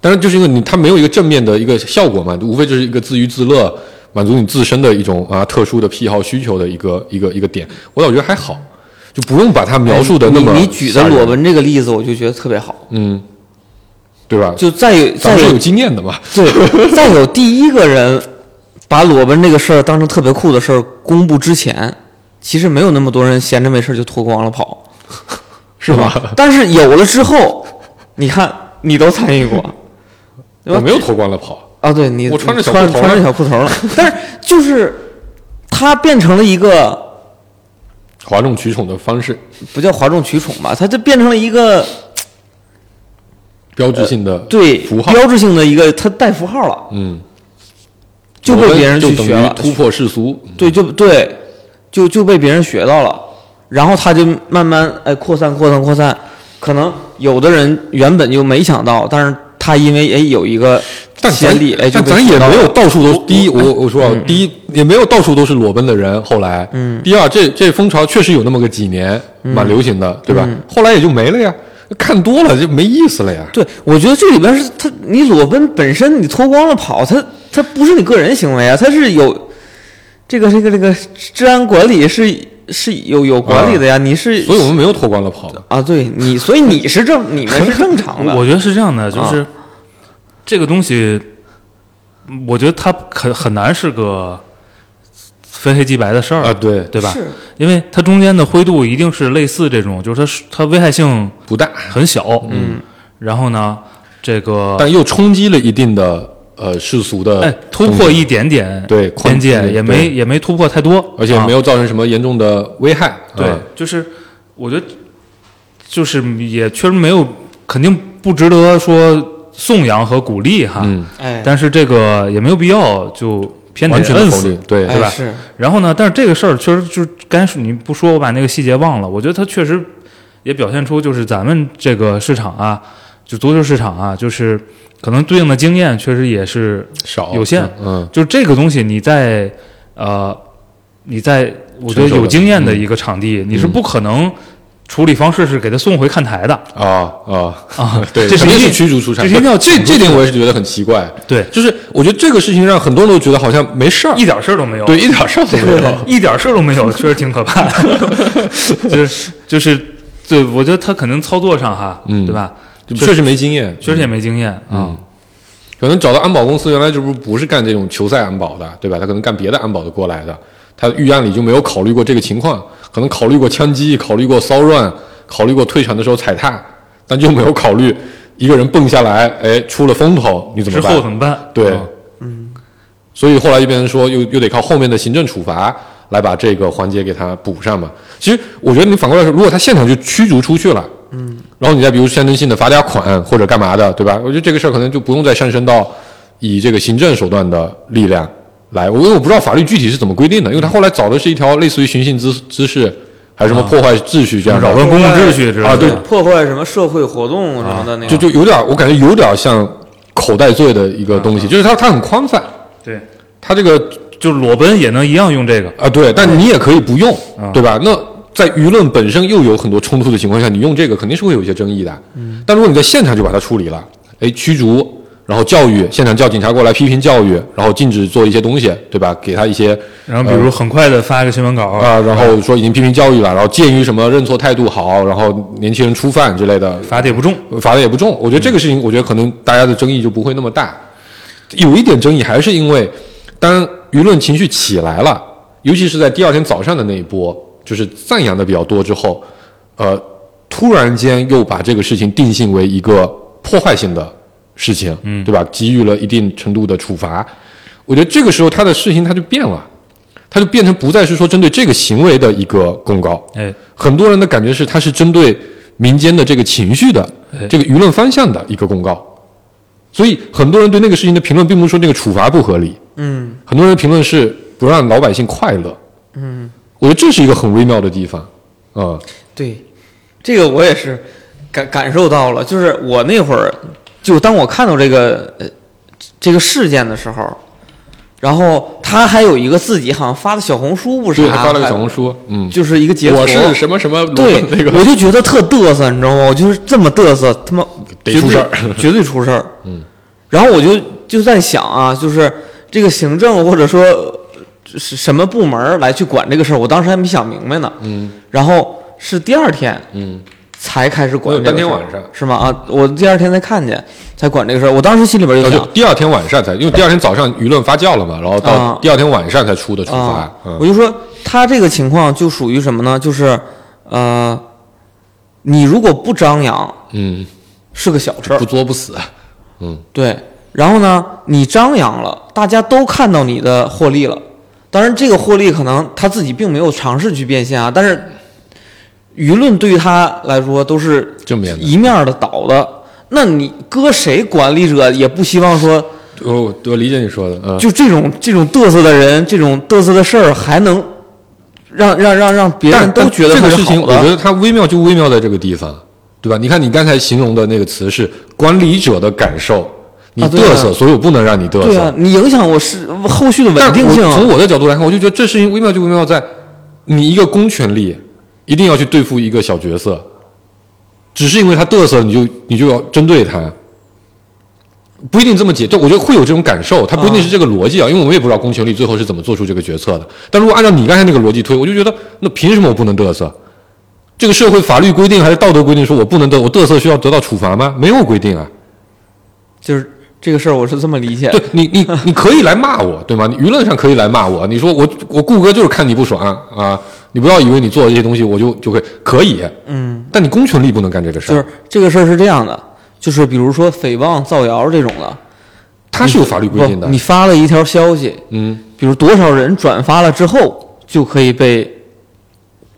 S5: 但是就是因为你他没有一个正面的一个效果嘛，无非就是一个自娱自乐，满足你自身的一种啊特殊的癖好需求的一个一个一个点。我倒觉得还好，就不用把它描述的那么
S3: 哎你你举
S5: 吓
S3: 的
S5: 人
S3: 裸，奔这个例子，我就觉得特别好。
S5: 嗯，对吧？
S3: 就再有再
S5: 咱们是
S3: 有
S5: 有经验的嘛，
S3: 对，再有第一个人把裸奔这个事儿当成特别酷的事儿公布之前，其实没有那么多人闲着没事儿就脱光了跑。
S5: 是吧？
S3: 但是有了之后，你看你都参 与过，对
S5: 我
S3: 吧？
S5: 没有脱光了跑，
S3: 啊，对你
S5: 我穿着小
S3: 穿
S5: 裤头
S3: 穿着
S5: 了
S3: 小裤头了，但是就是它变成了一个
S5: 哗众取宠的方式，
S3: 不叫哗众取宠吧，它就变成了一个
S5: 标志性的
S3: 呃对
S5: 符号，
S3: 标志性的一个，它带符号了，
S5: 嗯，
S3: 就被别人
S5: 就
S3: 去
S5: 等
S3: 学
S5: 于
S3: 了，嗯
S5: 突破世俗，
S3: 对，就对，就就被别人学到了，然后他就慢慢哎扩散扩散扩散，可能有的人原本就没想到，但是他因为哎有一个
S5: 但咱
S3: 先例，哎就
S5: 但
S3: 被
S5: 咱
S3: 学
S5: 也
S3: 到
S5: 没
S3: 了嗯
S5: 有到处都第一，我我说啊，第一也没有到处都是裸奔的人。后来，嗯，第二，这这风潮确实有那么个几年
S3: 嗯
S5: 蛮流行的，对吧？后来也就没了呀，看多了就没意思了呀。
S3: 对，我觉得这里边是他，你裸奔本身你脱光了跑，它它不是你个人行为啊，它是有这个这个这个治安管理是是有有管理的呀，你是
S5: 啊所以我们没有脱光了跑嘛，
S3: 啊，对你，所以你是正，你们是正常的，
S4: 我觉得是这样的，就是、
S5: 啊
S4: 这个东西，我觉得它很很难是个非黑即白的事儿
S5: 啊对
S4: 对吧？
S3: 是
S4: 因为它中间的灰度一定是类似这种，就是它是它危害性
S5: 不大，
S3: 啊
S4: 很小，嗯，然后呢，这个
S5: 但又冲击了一定的呃世俗的
S4: 哎突破一点点
S5: 对
S4: 边界
S5: 宽，
S4: 也
S5: 对
S4: 没也没突破太多，
S5: 而且
S4: 啊
S5: 没有造成什么严重的危害。
S4: 对
S5: 啊，
S4: 就是我觉得，就是也确实没有，肯定不值得说颂扬和鼓励哈。
S5: 嗯
S3: 哎
S4: 但是这个也没有必要就偏得
S5: 完全的
S4: 摁
S5: 否
S4: 死
S5: 定，，对
S3: 哎
S5: 对吧？
S3: 是
S4: 然后呢，但是这个事儿确实就是刚才说你不说，我把那个细节忘了。我觉得它确实也表现出就是咱们这个市场啊，就足球市场啊，就是可能对应的经验确实也是
S5: 少
S4: 有限。
S5: 嗯，
S4: 就是这个东西你在呃你在我觉得有经验的一个场地，你是不可能处理方式是给他送回看台的。
S5: 啊啊
S4: 啊
S5: 对，
S4: 这是
S5: 肯定
S4: 一
S5: 是
S4: 定
S5: 驱逐出场，
S4: 这是一定要
S5: 这这点我也是觉得很奇怪。
S4: 对
S5: 就是我觉得这个事情让很多人都觉得好像没事儿，
S4: 一点事儿都没有，
S5: 对，一点事儿都没有。
S4: 一点事儿都没有，确实挺可怕 的。就是就是，对我觉得他可能操作上哈，
S5: 嗯
S4: 对吧？
S5: 确实没经验，
S4: 确实也没经验啊
S5: 嗯。可能找到安保公司，原来这不不是干这种球赛安保的，对吧？他可能干别的安保的过来的，他预案里就没有考虑过这个情况，可能考虑过枪击，考虑过骚乱，考虑过退场的时候踩踏，但就没有考虑一个人蹦下来，哎，出了风头，你怎
S4: 之
S5: 么办？
S4: 后怎么办？
S5: 对，
S4: 啊
S5: 嗯所以后来就变成说又又得靠后面的行政处罚来把这个环节给它补上嘛。其实我觉得你反过来说，如果他现场就驱逐出去了，嗯，然后你再比如象征性的罚点款或者干嘛的，对吧？我觉得这个事儿可能就不用再上升到以这个行政手段的力量来，我因为我不知道法律具体是怎么规定的，因为他后来找的是一条类似于寻衅滋滋事还是什么破坏秩序这样
S4: 嗯
S5: 的
S4: 扰乱公共秩序之类的
S5: 啊对啊
S3: 破坏什么社会活动什么的那个，
S5: 就就有点儿我感觉有点儿像口袋罪的一个东
S4: 嗯
S5: 西，就是它它很宽泛，
S4: 对，
S5: 它这个
S4: 就是裸奔也能一样用这个。
S5: 啊，对，啊但你也可以不用，对吧？那在舆论本身又有很多冲突的情况下，你用这个肯定是会有一些争议的。嗯，但如果你在现场就把它处理了，哎，驱逐，然后教育，现场叫警察过来批评教育，然后禁止做一些东西，对吧？给他一些
S4: 然后比
S5: 嗯
S4: 如很快的发一个新闻稿，
S5: 啊、然后说已经批评教育了，然后鉴于什么认错态度好，然后年轻人初犯之类的，
S4: 罚的也不重。
S5: 罚的也不重。我觉得这个事情，我觉得可能大家的争议就不会那么大。有一点争议还是因为，当舆论情绪起来了，尤其是在第二天早上的那一波，就是赞扬的比较多之后，呃，突然间又把这个事情定性为一个破坏性的事情，嗯，对吧？给予了一定程度的处罚。我觉得这个时候他的事情他就变了，他它就变成不再是说针对这个行为的一个公告，
S4: 哎，
S5: 很多人的感觉是它是针对民间的这个情绪的
S4: 哎
S5: 这个舆论方向的一个公告，所以很多人对那个事情的评论，并不是说那个处罚不合理，
S3: 嗯
S5: 很多人评论是不让老百姓快乐，
S3: 嗯，
S5: 我觉得这是一个很微妙的地方啊、
S3: 对，这个我也是感感受到了，就是我那会儿，就当我看到这个呃这个事件的时候，然后他还有一个自己好像发的小红书，不是啊
S5: 对，
S3: 啥
S5: 他发了个小红书，嗯，
S3: 就是一个截图，
S5: 我是什么什么罗
S3: 对
S5: 文，那个
S3: 我就觉得特嘚瑟，你知道吗？我就是这么嘚瑟，他妈
S5: 得
S3: 绝对
S5: 出事儿
S3: 绝对出事儿。
S5: 嗯，
S3: 然后我就就在想啊，就是这个行政或者说呃是什么部门儿来去管这个事儿，我当时还没想明白呢。
S5: 嗯
S3: 然后是第二天
S5: 嗯，
S3: 才开始管
S5: 没
S3: 这个事
S5: 有
S3: 儿，
S5: 当天晚上
S3: 是吗？啊，我第二天才看见，才管这个事儿。我当时心里边
S5: 然
S3: 就
S5: 后
S3: 想
S5: 就，第二天晚上才，因为第二天早上舆论发酵了嘛，然后到
S3: 啊
S5: 第二天晚上才出的处罚
S3: 啊，，
S5: 嗯
S3: 我就说他这个情况就属于什么呢？就是呃，你如果不张扬
S5: 嗯，
S3: 是个小事儿
S5: 不，作不死，嗯，
S3: 对，然后呢，你张扬了，大家都看到你的获利了。当然，这个获利可能他自己并没有尝试去变现啊，但是舆论对于他来说都是
S5: 正面的
S3: 一面儿的倒的。那你搁谁管理者也不希望说，
S5: 我我理解你说的，嗯，
S3: 就这种这种嘚瑟的人，这种嘚瑟的事儿，还能让让让让别人
S5: 但
S3: 都觉得
S5: 但这
S3: 它
S5: 个
S3: 是
S5: 事情，
S3: 好
S5: 我觉
S3: 的。
S5: 得它微妙就微妙在这个地方，对吧？你看你刚才形容的那个词是管理者的感受，你
S3: 啊对啊
S5: 嘚瑟，所以我不能让你嘚瑟。
S3: 对啊，你影响我是后续的
S5: 但
S3: 稳定
S5: 我
S3: 性啊
S5: 从我的角度来看，我就觉得这事情微妙就微妙在，你一个公权力一定要去对付一个小角色，只是因为他嘚瑟，你就你就要针对他，不一定这么解。这我觉得会有这种感受，他不一定是这个逻辑啊，因为我们也不知道公权力最后是怎么做出这个决策的。但如果按照你刚才那个逻辑推，我就觉得那凭什么我不能嘚瑟？这个社会法律规定还是道德规定，说我不能嘚，我嘚瑟需要得到处罚吗？没有规定啊。
S3: 就是这个事儿，我是这么理解的
S5: 对。你，你你可以来骂我，对吗？你舆论上可以来骂我，你说我我顾哥就是看你不爽啊，你不要以为你做的这些东西我就就会可以，
S3: 嗯，
S5: 但你公权力不能干这个事
S3: 就
S5: 儿，
S3: 是这个事儿是这样的，就是比如说诽谤、造谣这种的，
S5: 它是有法律规定
S3: 不
S5: 的
S3: 你。发了一条消息，
S5: 嗯，
S3: 比如多少人转发了之后，就可以被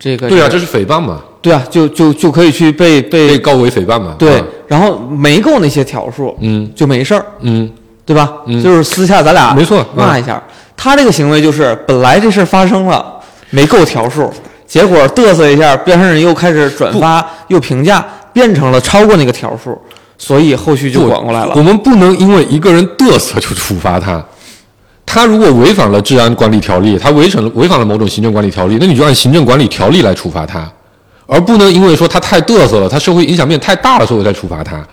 S3: 这个
S5: 对啊，这是诽谤嘛，
S3: 对啊，就就就可以去被
S5: 被
S3: 被
S5: 告为诽谤嘛。
S3: 对，然后没够那些条数，
S5: 嗯
S3: 就没事儿，
S5: 嗯，
S3: 对吧？
S5: 嗯
S3: 就是私下咱俩
S5: 没错嗯
S3: 骂一下。他这个行为就是本来这事儿发生了，没够条数，结果嘚瑟一下，边上人又开始转发又评价，变成了超过那个条数，所以后续就管过来了
S5: 我。们不能因为一个人嘚瑟就处罚他，他如果违反了治安管理条例，他违反了违反了某种行政管理条例，那你就按行政管理条例来处罚他，而不能因为说他太嘚瑟了，他社会影响面太大了，所以我才处罚他。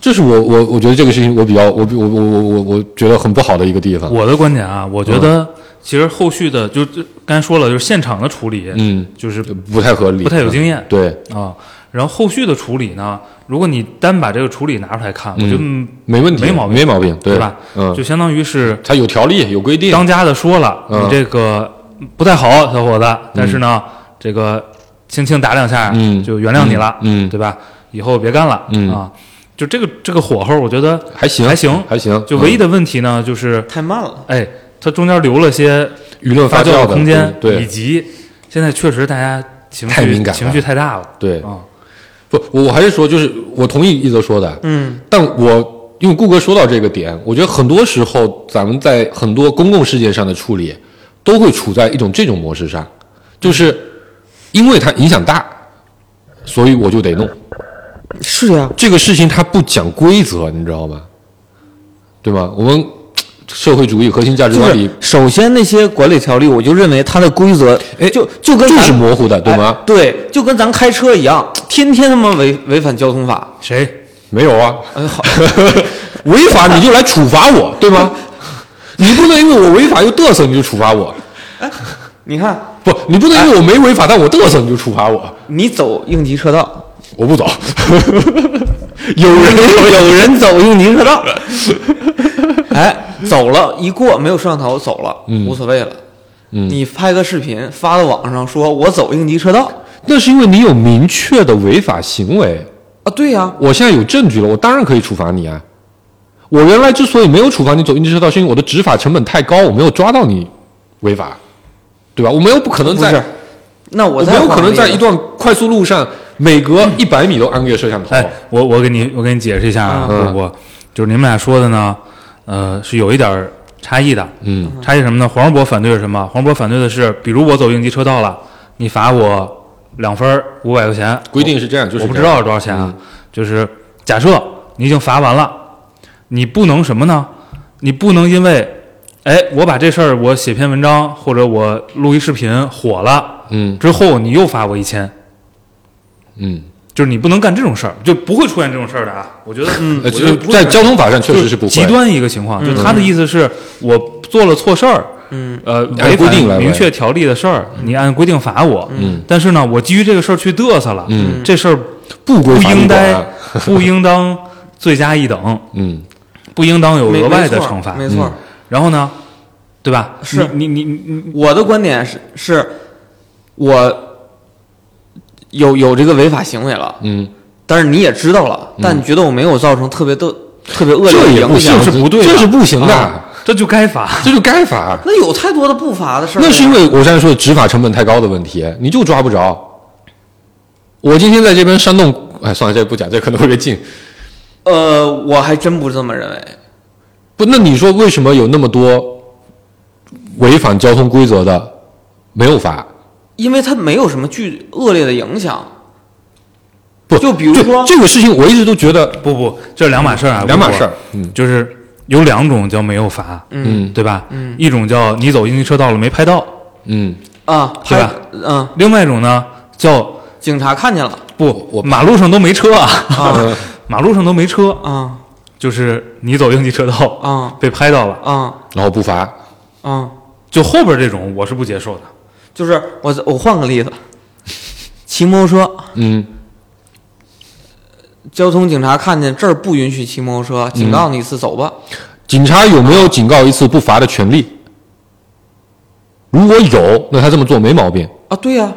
S5: 这是我我我觉得这个事情我比较我我我我我我觉得很不好的一个地方。
S4: 我的观点
S5: 嗯
S4: 啊，我觉得其实后续的就就刚才说了，就是现场的处理，
S5: 嗯，
S4: 就是
S5: 不太合理，
S4: 不太有经验
S5: 嗯对，
S4: 啊。然后后续的处理呢，如果你单把这个处理拿出来看，我觉得嗯
S5: 没问题，
S4: 没毛病，
S5: 没毛病，
S4: 对吧？
S5: 嗯
S4: 就，相当于是
S5: 他有条例有规定，
S4: 当家的说了，
S5: 嗯
S4: 你这个不太好，小伙子，但是呢，这个轻轻打两下，
S5: 嗯
S4: 就原谅你了，
S5: 嗯嗯
S4: 对吧？以后别干了，
S5: 嗯
S4: 啊，就这个这个火候，我觉得
S5: 还行
S4: 还行，
S5: 还行，嗯
S4: 就唯一的问题呢，就是
S3: 太慢了，
S4: 哎，它中间留了些
S5: 嗯舆论
S4: 发
S5: 发
S4: 酵
S5: 酵的
S4: 空间，
S5: 对
S4: 以及现在确实大家情绪
S5: 太敏感了
S4: 情绪太大了，
S5: 对
S4: 啊，
S5: 不，我我还是说，就是我同意一泽说的，
S3: 嗯，
S5: 但我因为顾哥说到这个点，我觉得很多时候咱们在很多公共事件上的处理，都会处在一种这种模式上，就是因为它影响大，所以我就得弄
S3: 是呀、
S5: 这个事情，它不讲规则，你知道吗？对吗？我们社会主义核心价值
S3: 就
S5: 观
S3: 是
S5: 里
S3: 首先那些管理条例，我就认为它的规则，
S5: 哎
S3: 就就跟
S5: 就
S3: 咱
S5: 是模糊的，对
S3: 哎
S5: 吗？
S3: 对，就跟咱开车一样，天天他妈违违反交通法，
S4: 谁
S5: 没有啊，
S3: 哎好，
S5: 违法你就来处罚我，对吗？你不能因为我违法又嘚瑟你就处罚我。
S3: 你看
S5: 不，你不能因为我没违法，但我嘚瑟你就处罚我，
S3: 你走应急车道，
S5: 我不走。 有人有
S3: 有
S5: 人，
S3: 人走应急车道， 哎，走了一过没有摄像头走了，
S5: 嗯
S3: 无所谓了。
S5: 嗯
S3: 你拍个视频发到网上，说我走应急车道
S5: 那是因为你有明确的违法行为，
S3: 啊，对呀、
S5: 我现在有证据了，我当然可以处罚你啊。我原来之所以没有处罚你走应急车道，是因为我的执法成本太高，我没有抓到你违法。对吧？我们又不可能
S3: 不
S5: 在
S3: 是，那我
S5: 我
S3: 再
S5: 没有
S3: 换
S5: 可
S3: 个
S5: 能在
S3: 例
S5: 一
S3: 子
S5: 段快速路上，每隔一百米都安个摄像头。
S4: 嗯哎，我我给你我给你解释一下啊，
S5: 嗯
S4: 我我就是你们俩说的呢，呃，是有一点儿差异的。
S5: 嗯，
S4: 差异什么呢？黄世博反对是什么？黄世博反对的是，比如我走应急车道了，你罚我两分五百块钱，
S5: 规定是这样，就是嗯
S4: 我不
S5: 这
S4: 知
S5: 样
S4: 道是多少钱啊。就是假设你已经罚完了，你不能什么呢？你不能因为，哎，我把这事儿我写篇文章或者我录一视频火了
S5: 嗯
S4: 之后，你又罚我一千，
S5: 嗯，
S4: 就是你不能干这种事儿，就不会出现这种事儿的啊。我觉得，嗯
S5: 呃，就是在交通法上确实是不会嗯
S4: 极端一个情况，就他的意思是我做了错事儿，
S3: 嗯，
S4: 呃，
S5: 按
S4: 违
S5: 规定
S4: 反
S5: 来
S4: 明
S5: 呗
S4: 确条例的事儿，你按规定罚我，
S5: 嗯，
S4: 但是呢，我基于这个事儿去嘚瑟了，
S5: 嗯
S4: 这事儿不
S5: 归
S4: 不
S5: 法律
S4: 应
S5: 管
S4: 该
S5: 啊
S4: 不应当罪加一等，
S5: 嗯
S4: 不应当有
S3: 没
S4: 额外
S3: 没
S4: 的
S3: 错
S4: 惩罚，
S3: 没错，
S4: 然后呢，对吧？
S3: 是
S4: 你你你
S5: 嗯
S4: 你
S3: 我的观点是，是我有有这个违法行为了，
S5: 嗯，
S3: 但是你也知道了，但你觉得我没有造成特别的、特别恶劣
S5: 这
S3: 的
S5: 也不
S3: 影
S5: 行
S3: 响，，
S5: 这
S4: 是不对的
S5: 这是不行的
S4: 啊，这就该罚。
S5: 这就该罚。
S3: 那有太多的不法的事儿了。
S5: 那是因为我刚才说的执法成本太高的问题，你就抓不着。我今天在这边煽动，哎，算了，这不讲，这可能会被禁。
S3: 呃，我还真不这么认为。
S5: 不，那你说为什么有那么多违反交通规则的没有罚？
S3: 因为它没有什么巨恶劣的影响。
S5: 不，
S3: 就比如说
S5: 这个事情，我一直都觉得，
S4: 不不，这是两码事儿啊，
S5: 两码
S4: 不不
S5: 事儿嗯
S4: 就是有两种叫没有罚，
S5: 嗯
S4: 对吧？嗯，一种叫你走应急车道了没拍到，
S5: 嗯，
S3: 啊，
S4: 对吧
S3: 拍嗯，
S4: 另外一种呢叫
S3: 警察看见了
S4: 不，
S5: 我
S4: 马路上都没车啊，
S5: 呃
S4: 马路上都没车，
S3: 啊
S4: 就是你走应急车道
S3: 啊
S4: 被拍到了，
S3: 啊
S5: 然后不罚，
S3: 啊！
S4: 就后边这种我是不接受的。
S3: 就是我我换个例子， 骑摩托车，
S5: 嗯
S3: 交通警察看见这儿不允许骑摩托车，警告你一次，走吧。
S5: 警察有没有警告一次不罚的权利？如果有，那他这么做没毛病。
S3: 啊，对呀、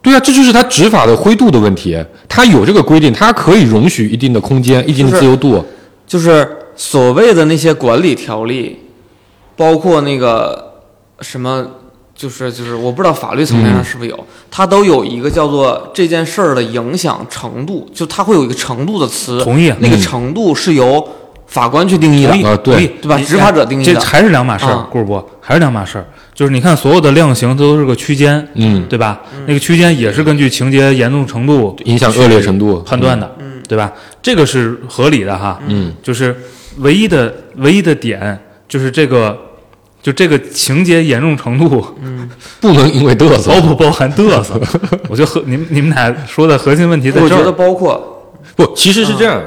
S5: 对啊，这就是他执法的灰度的问题。他有这个规定，他可以容许一定的空间、一定的自由度。
S3: 就是所谓的那些管理条例，包括那个什么，就是就是我不知道法律层面
S5: 嗯
S3: 上是不是有，它都有一个叫做这件事儿的影响程度，就它会有一个程度的词，
S4: 同意
S3: 那个
S5: 嗯
S3: 程度是由法官去定义的
S4: 同意，
S5: 啊对
S4: 同意
S3: 对吧
S4: 你哎
S3: 执法者定义的
S4: 这还是两码事儿
S3: 啊，
S4: 顾主播还是两码事儿。就是你看，所有的量刑都是个区间，
S5: 嗯
S4: 对吧？那个区间也是根据情节严重程度、
S5: 影响恶劣程度
S4: 判断的，对吧？这个是合理的哈，
S5: 嗯，
S4: 就是唯一的唯一的点就是这个，就这个情节严重程度
S5: 不能因为嘚瑟
S4: 包。哦不包含嘚瑟？我觉得和你们你们俩说的核心问题在
S3: 我
S4: 这
S3: 觉得
S4: 儿，
S3: 包括
S5: 不，其实是这样。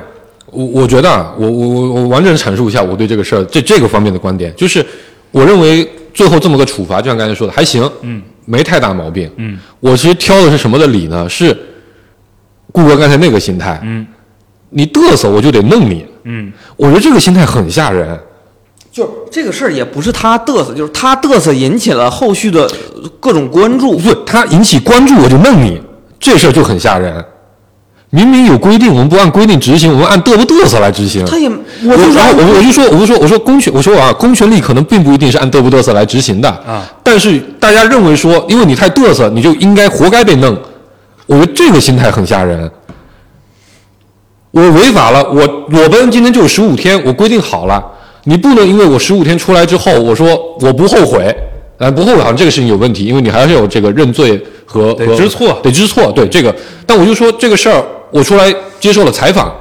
S5: 我我觉得啊，我我我我完整地阐述一下我对这个事儿这这个方面的观点，就是我认为最后这么个处罚，就像刚才说的，还行，嗯，没太大毛病，
S4: 嗯。
S5: 我其实挑的是什么的理呢？是顾哥刚才那个心态，
S4: 嗯，
S5: 你嘚瑟我就得弄你，
S4: 嗯，
S5: 我觉得这个心态很吓人。
S3: 就是这个事儿也不是他嘚瑟，就是他嘚瑟引起了后续的各种关注
S5: 不，是他引起关注我就弄你，这事儿就很吓人。明明有规定，我们不按规定执行，我们按嘚不嘚瑟来执行。
S3: 他也
S5: 我
S3: 我就
S5: 然后
S3: 说
S5: 我我就说，我就说，我说公权，我说啊，公权力可能并不一定是按嘚不嘚瑟来执行的
S4: 啊。
S5: 但是大家认为说，因为你太嘚瑟，你就应该活该被弄。我觉得这个心态很吓人。我违法了，我裸奔今天就有十五天，我规定好了，你不能因为我十五天出来之后，我说我不后悔，呃，不后悔好像这个事情有问题，因为你还是有这个认罪和
S4: 得
S5: 和
S4: 知错
S5: 得知错，对这个。但我就说这个事儿，我出来接受了采访，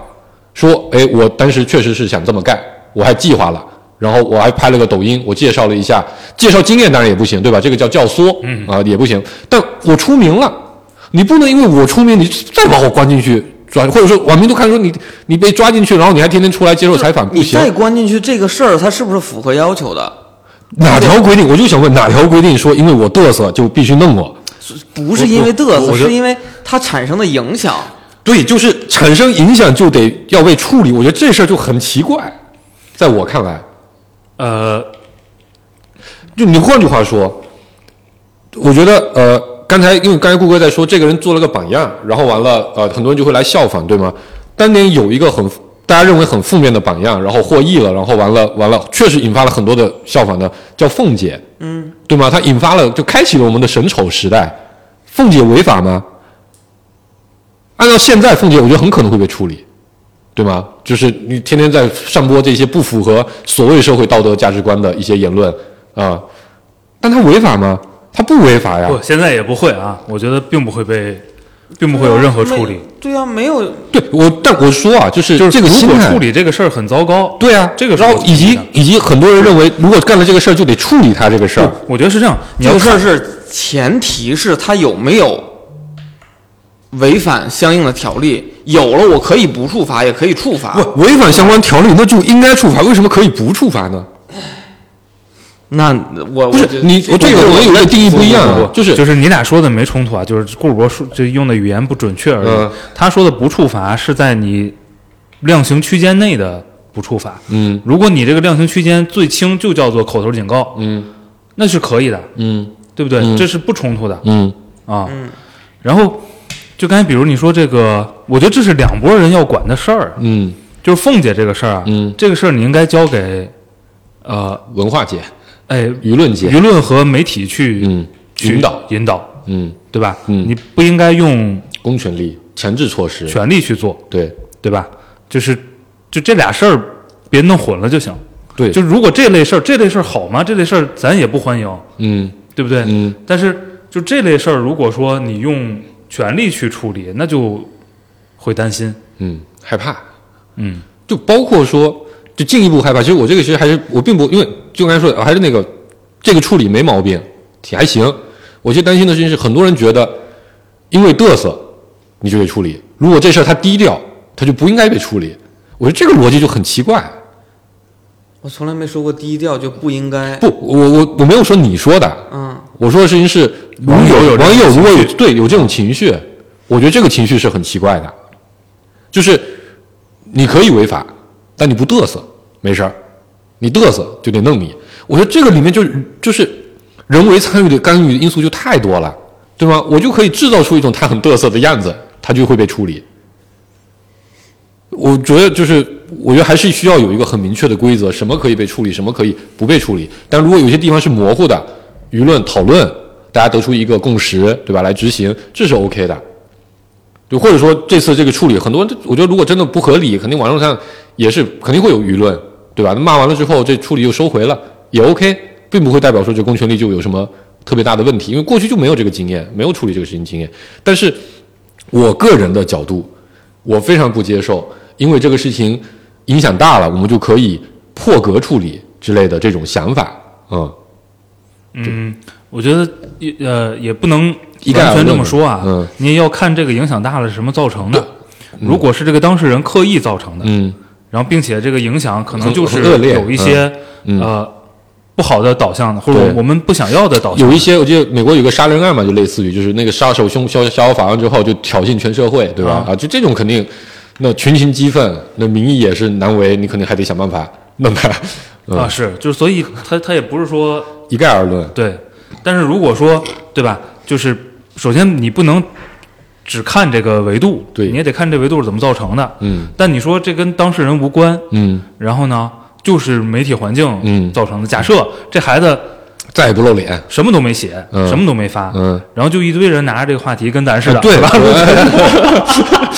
S5: 说，哎，我当时确实是想这么干，我还计划了，然后我还拍了个抖音，我介绍了一下，介绍经验当然也不行，对吧？这个叫教唆，嗯啊、也不行。但我出名了，你不能因为我出名，你再把我关进去抓，或者说网民都看说你你被抓进去，然后你还天天出来接受采访，不
S3: 你
S5: 行。
S3: 再关进去这个事儿，它是不是符合要求的？
S5: 哪条规定？我就想问哪条规定说因为我嘚瑟就必须弄我？
S3: 不是因为嘚
S4: 我我
S3: 瑟，
S4: 我觉得
S3: 是因为它产生的影响。
S5: 对，就是产生影响就得要被处理。我觉得这事儿就很奇怪，在我看来。
S4: 呃，
S5: 就你换句话说，我觉得呃，刚才因为刚才顾哥在说这个人做了个榜样，然后完了呃，很多人就会来效仿，对吗？当年有一个很大家认为很负面的榜样，然后获益了，然后完了完了，确实引发了很多的效仿的，叫凤姐，嗯，对吗？她引发了，就开启了我们的神丑时代。凤姐违法吗？按照现在，凤姐我觉得很可能会被处理，对吗？就是你天天在散播这些不符合所谓社会道德价值观的一些言论啊、但她违法吗？她不违法呀。
S4: 不，现在也不会啊，我觉得并不会被，并不会有任何处理。
S3: 对啊，没有
S5: 对我，但我说啊，就是
S4: 就是
S5: 这个
S4: 如
S5: 心
S4: 果
S5: 态
S4: 处理这个事儿很糟糕，
S5: 对啊，
S4: 这个是
S5: 然
S4: 我
S5: 后
S4: 同
S5: 以
S4: 意
S5: 及
S4: 的
S5: 以及很多人认为，如果干了这个事儿就得处理他这个事儿，
S4: 我觉得是这样。你
S3: 这
S4: 要
S3: 个事
S4: 看
S3: 儿是前提是他有没有违反相应的条例，有了我可以不处罚，也可以处罚。
S5: 不违反相关条例，那就应该处罚，为什么可以不处罚呢？
S3: 那我我
S5: 不
S3: 觉
S5: 是
S3: 得
S5: 你，我这个我有个定义不一样啊，就是
S4: 就是你俩说的没冲突啊，就是顾博说就用的语言不准确而已。
S5: 嗯
S4: 他说的不处罚是在你量刑区间内的不处罚。
S5: 嗯
S4: 如果你这个量刑区间最轻就叫做口头警告，
S5: 嗯
S4: 那是可以的，
S5: 嗯
S4: 对不对？
S5: 嗯
S4: 这是不冲突的
S5: 嗯
S4: 啊。然后就刚才比如你说这个，我觉得这是两拨人要管的事儿，
S5: 嗯
S4: 就是凤姐这个事儿啊，
S5: 嗯，
S4: 这个事儿你应该交给呃，
S5: 文化界、
S4: 哎，
S5: 舆论界，
S4: 舆论和媒体去、
S5: 嗯，
S4: 去
S5: 引导，
S4: 引导。
S5: 嗯，
S4: 对吧？
S5: 嗯
S4: 你不应该用
S5: 公权力、前置措施，
S4: 权力去做，
S5: 对
S4: 对吧？就是就这俩事儿别弄混了就行。
S5: 对，
S4: 就如果这类事儿，这类事儿好吗？这类事儿咱也不欢迎，
S5: 嗯
S4: 对不对？
S5: 嗯
S4: 但是就这类事儿，如果说你用权力去处理，那就会担心。
S5: 嗯，害怕，
S4: 嗯，
S5: 就包括说，就进一步害怕。其实我这个其实还是我并不，因为就刚才说的，还是那个这个处理没毛病，也还行。我其实担心的事情是，很多人觉得因为嘚瑟你就得处理，如果这事儿他低调，他就不应该被处理。我觉得这个逻辑就很奇怪。啊
S3: 我从来没说过低调就不应该。
S5: 不，我我我没有说你说的，
S3: 嗯，
S5: 我说的事情是
S4: 网友有这种
S5: 网友如果有
S4: 情绪
S5: 对有这种情绪，我觉得这个情绪是很奇怪的，就是你可以违法，但你不嘚瑟没事儿，你嘚瑟就得弄你。我觉得这个里面就就是人为参与的干预的因素就太多了，对吗？我就可以制造出一种他很嘚瑟的样子，他就会被处理。我觉得就是，我觉得还是需要有一个很明确的规则，什么可以被处理，什么可以不被处理。但如果有些地方是模糊的，舆论讨论，大家得出一个共识，对吧？来执行，这是 OK 的。就或者说这次这个处理，很多人我觉得如果真的不合理，肯定网络上也是肯定会有舆论，对吧？那骂完了之后，这处理又收回了，也 OK，并不会代表说这公权力就有什么特别大的问题，因为过去就没有这个经验，没有处理这个事情经验。但是我个人的角度，我非常不接受，因为这个事情影响大了，我们就可以破格处理之类的这种想法，嗯，
S4: 嗯，我觉得也呃也不能
S5: 一概而
S4: 完全这
S5: 论
S4: 么
S5: 嘛
S4: 说啊，
S5: 嗯
S4: 你也要看这个影响大了是什么造成的。
S5: 嗯
S4: 如果是这个当事人刻意造成的，
S5: 嗯
S4: 然后并且这个影响可能
S5: 很
S4: 就是
S5: 很恶劣
S4: 有一些、
S5: 嗯
S4: 呃不好的导向的，或
S5: 对
S4: 者我们不想要的导向。
S5: 有一些，我记得美国有个杀人案嘛，就类似于就是那个杀手凶逍逍遥法案之后就挑衅全社会，对吧？啊，就这种肯定，那群情激愤，那民意也是难为，你肯定还得想办法弄他，嗯，
S4: 啊，是，就是所以他他也不是说
S5: 一概而论，
S4: 对，但是如果说对吧，就是首先你不能只看这个维度，
S5: 对
S4: 你也得看这维度是怎么造成的。
S5: 嗯
S4: 但你说这跟当事人无关，
S5: 嗯，
S4: 然后呢，就是媒体环境
S5: 嗯
S4: 造成的。假设这孩子
S5: 再也不露脸，
S4: 什么都没写，
S5: 嗯
S4: 什么都没发，
S5: 嗯，
S4: 然后就一堆人拿着这个话题跟咱似的，
S5: 啊对吧？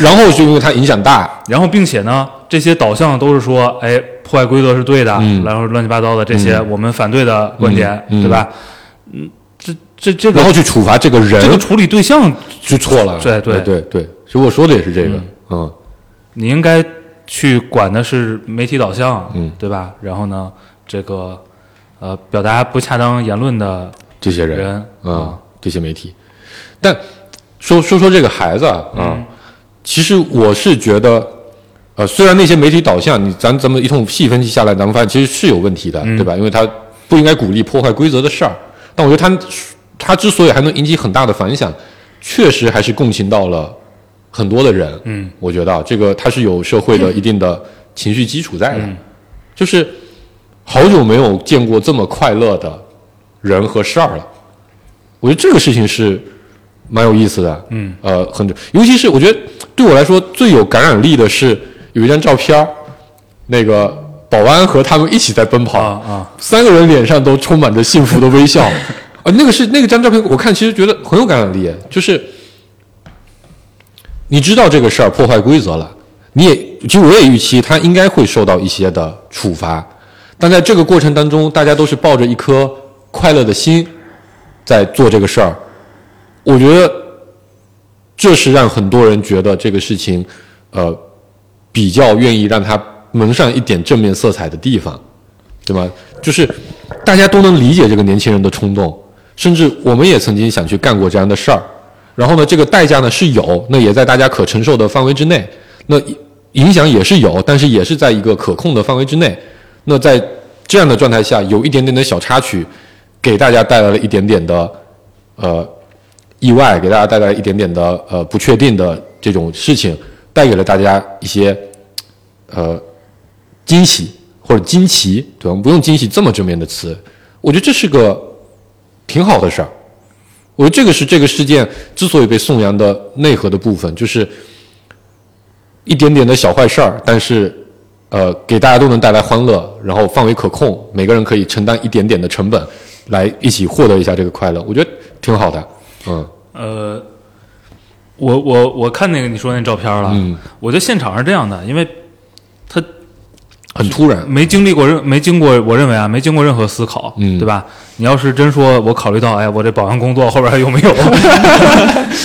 S5: 然后就因为它影响 大，
S4: 然后，并且呢，这些导向都是说，哎，破坏规则是对的，
S5: 嗯
S4: 然后乱七八糟的这些我们反对的观点，
S5: 嗯嗯
S4: 对吧？嗯，这这这
S5: 然后
S4: 个
S5: 去处罚这个人，
S4: 这个处理对象，
S5: 就错了。哎
S4: 对对
S5: 对对对，其实我说的也是这个，嗯
S4: 你应该去管的是媒体导向，
S5: 嗯
S4: 对吧？然后呢，这个呃，表达不恰当言论的
S5: 这些人
S4: 人
S5: 啊、这些媒体。但说说说这个孩子啊，啊其实我是觉得，呃，虽然那些媒体导向，你咱咱们一通细分析下来，咱们发现其实是有问题的，对吧？因为他不应该鼓励破坏规则的事儿。但我觉得他他之所以还能引起很大的反响，确实还是共情到了很多的人。嗯，我觉得啊，这个他是有社会的一定的情绪基础在的，就是好久没有见过这么快乐的人和事儿了。我觉得这个事情是蛮有意思的，嗯，呃，很，尤其是我觉得对我来说最有感染力的是有一张照片儿那个保安和他们一起在奔跑，
S4: 啊啊
S5: 三个人脸上都充满着幸福的微笑。 啊，那个是那个张照片，我看其实觉得很有感染力，就是你知道这个事儿破坏规则了，你也其实我也预期他应该会受到一些的处罚，但在这个过程当中，大家都是抱着一颗快乐的心在做这个事儿，我觉得这是让很多人觉得这个事情，呃，比较愿意让它蒙上一点正面色彩的地方，对吧？就是大家都能理解这个年轻人的冲动，甚至我们也曾经想去干过这样的事儿。然后呢，这个代价呢是有，那也在大家可承受的范围之内，那影响也是有，但是也是在一个可控的范围之内。那在这样的状态下，有一点点的小插曲，给大家带来了一点点的呃意外，给大家带来一点点的呃不确定的这种事情，带给了大家一些呃惊喜或者惊奇，对吧？我们不用惊喜这么正面的词，我觉得这是个挺好的事儿。我觉得这个是这个事件之所以被颂扬的内核的部分，就是一点点的小坏事儿，但是呃，给大家都能带来欢乐，然后范围可控，每个人可以承担一点点的成本，来一起获得一下这个快乐，我觉得挺好的。嗯，
S4: 呃，我我我看那个你说那照片了，
S5: 嗯
S4: 我觉得现场是这样的，因为他
S5: 很突然，
S4: 没经历过任没经过，我认为啊，没经过任何思考，
S5: 嗯
S4: 对吧？你要是真说我考虑到，哎，我这保安工作后边还有没 有，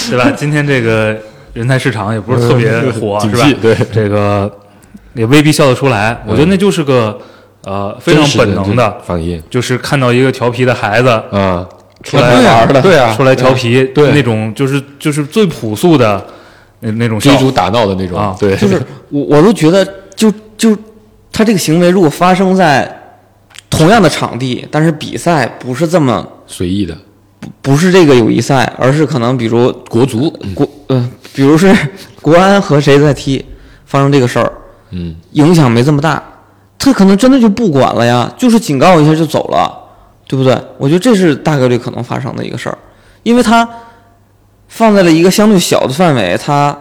S4: 对吧？今天这个人才市场也不是特别火，
S5: 嗯
S4: 是吧
S5: 谨记？对嗯
S4: 这个也未必笑得出来。我觉得那就是个呃非常
S5: 真实
S4: 本能的，
S5: 反应
S4: 就是看到一个调皮的孩子
S5: 啊，
S4: 出来
S5: 对啊对啊，
S4: 出来调皮，
S5: 对
S4: 那种就是就是最朴素的那那种笑
S5: 追逐打闹的那种
S4: 啊，
S5: 对，
S3: 就是我我都觉得就就他这个行为如果发生在同样的场地，但是比赛不是这么
S5: 随意的
S3: 不是这个友谊赛，而是可能比如
S5: 国足，
S3: 国呃，比如是 国安和谁在踢，发生这个事儿，
S5: 嗯，
S3: 影响没这么大，他可能真的就不管了呀，就是警告一下就走了，对不对？我觉得这是大概率可能发生的一个事儿，因为它放在了一个相对小的范围，它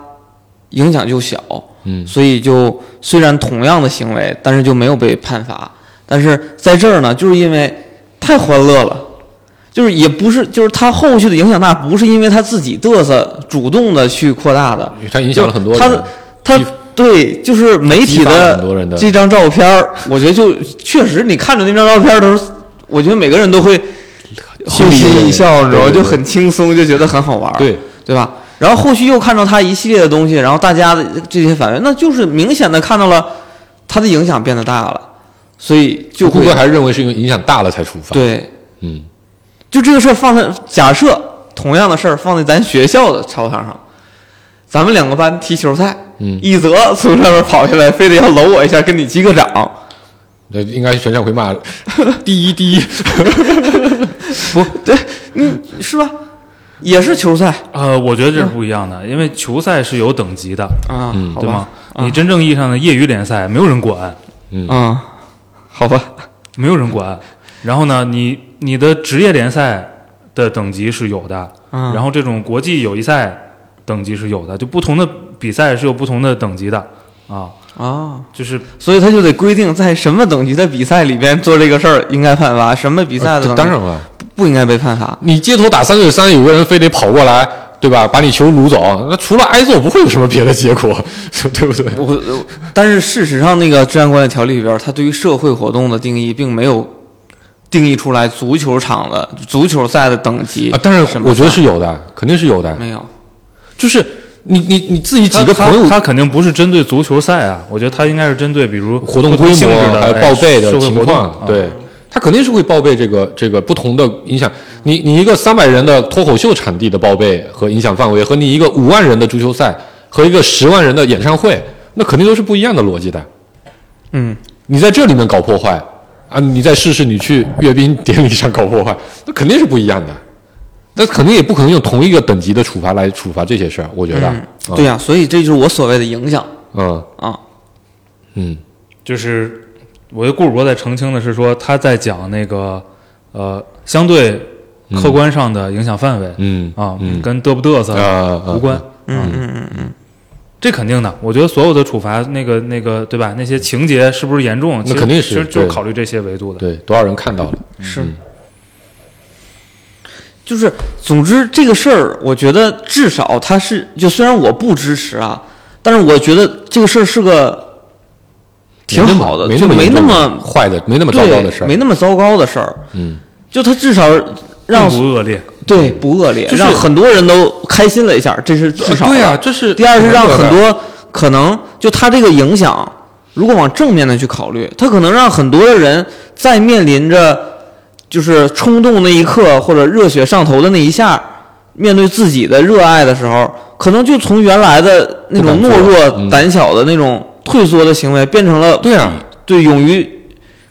S3: 影响就小，
S5: 嗯
S3: 所以就虽然同样的行为，但是就没有被判罚。但是在这儿呢，就是因为太欢乐了，就是也不是，就是他后续的影响大，不是因为他自己嘚瑟主动的去扩大的，
S5: 它影响了很多人
S3: 就是他
S5: 激
S3: 他对，就是媒体
S5: 激发了
S3: 的
S5: 很多人的
S3: 这张照片儿，我觉得就确实，你看着那张照片儿的时候，我觉得每个人都会会心一笑，你知道吗？
S5: 对对对
S3: 就很轻松，就觉得很好玩儿，
S5: 对
S3: 对吧？然后后续又看到他一系列的东西，然后大家的这些反应，那就是明显的看到了他的影响变得大了，所以就
S5: 顾
S3: 会
S5: 哥还是认为是因为影响大了才处罚，，
S3: 对
S5: 嗯，
S3: 就这个事儿放在假设同样的事儿放在咱学校的操场上，咱们两个班踢球赛，
S5: 嗯
S3: 一泽从上面跑下来，非得要搂我一下，跟你击个掌，
S5: 那应该是全场会骂第一第 一，
S3: 不对，嗯，是吧？也是球赛
S4: 呃，我觉得这是不一样的，因为球赛是有等级的，
S3: 啊，好
S4: 对吗
S3: 吧？？
S5: 嗯
S4: 你真正意义上的业余联赛，没有人管，
S3: 啊，好吧，
S4: 没有人管。然后呢，你你的职业联赛的等级是有的，
S3: 嗯
S4: 然后这种国际友谊赛等级是有的，就不同的比赛是有不同的等级的啊。
S5: 哦
S3: 啊，
S4: 就是
S3: 所以他就得规定在什么等级的比赛里边做这个事儿应该判罚，什么比赛的等级
S5: 呃当然了，
S3: 不应该被判罚。
S5: 你街头打三对三，有个人非得跑过来，对吧？把你球掳走，那除了挨揍不会有什么别的结果，对不 对？
S3: 我我 但是事实上，那个治安管理条例里边，它对于社会活动的定义并没有定义出来足球场的足球赛的等级
S5: 啊，当然
S3: 什，么
S5: 我觉得
S3: 赛
S5: 是有的，肯定是有的，
S3: 没有。
S5: 就是你你你自己几个
S4: 他
S5: 朋友
S4: 他，他肯定不是针对足球赛啊，我觉得他应该是针对比如
S5: 活动
S4: 不
S5: 规
S4: 同性质
S5: 模
S4: 的
S5: 还有
S4: 哎
S5: 报备的
S4: 社会
S5: 情
S4: 活动啊
S5: 况，，对，他肯定是会报备这个这个不同的影响。你你一个三百人的脱口秀场地的报备和影响范围，和你一个五万人的足球赛和一个十万人的演唱会，那肯定都是不一样的逻辑的。
S3: 嗯，
S5: 你在这里面搞破坏啊，你再试试你去阅兵典礼上搞破坏，那肯定是不一样的。那肯定也不可能用同一个等级的处罚来处罚这些事儿，我觉得。嗯
S3: 对呀、所以这就是我所谓的影响
S5: 嗯
S3: 啊。
S5: 嗯，
S4: 就是我觉得顾主播在澄清的是说他在讲那个呃相对客观上的影响范围，
S5: 嗯
S4: 啊，
S5: 嗯
S4: 跟嘚不嘚瑟
S5: 啊啊
S4: 无关。
S3: 嗯嗯嗯嗯，
S4: 这肯定的，我觉得所有的处罚，那个那个，对吧？那些情节是不是严重？其实
S5: 肯定是
S4: 其实就是
S5: 对
S4: 考虑这些维度的。
S5: 对，多少人看到了？
S3: 是。
S5: 嗯
S3: 就是，总之这个事儿，我觉得至少它是，就虽然我不支持啊，但是我觉得这个事儿是个挺
S5: 没那么
S3: 好的，
S5: 没
S3: 就
S5: 那么
S3: 没
S5: 严
S3: 那
S5: 重
S3: 么
S5: 坏的，没那么糟
S3: 对，
S5: 糕的事儿，
S3: 没那么糟糕的事儿。
S5: 嗯，
S3: 就它至少让
S4: 并不恶劣，
S3: 对不恶劣，
S5: 就是
S3: 让很多人都开心了一下，这是至少的、
S4: 啊
S5: 对呀，这是
S3: 第二是让
S5: 对
S3: 很
S5: 的
S3: 多可能就他这个影响，如果往正面的去考虑，他可能让很多的人在面临着就是冲动那一刻或者热血上头的那一下，面对自己的热爱的时候，可能就从原来的那种
S5: 不
S3: 懦
S5: 敢做
S3: 弱、
S5: 嗯
S3: 胆小的那种退缩的行为，变成了
S5: 对啊，
S3: 对勇于。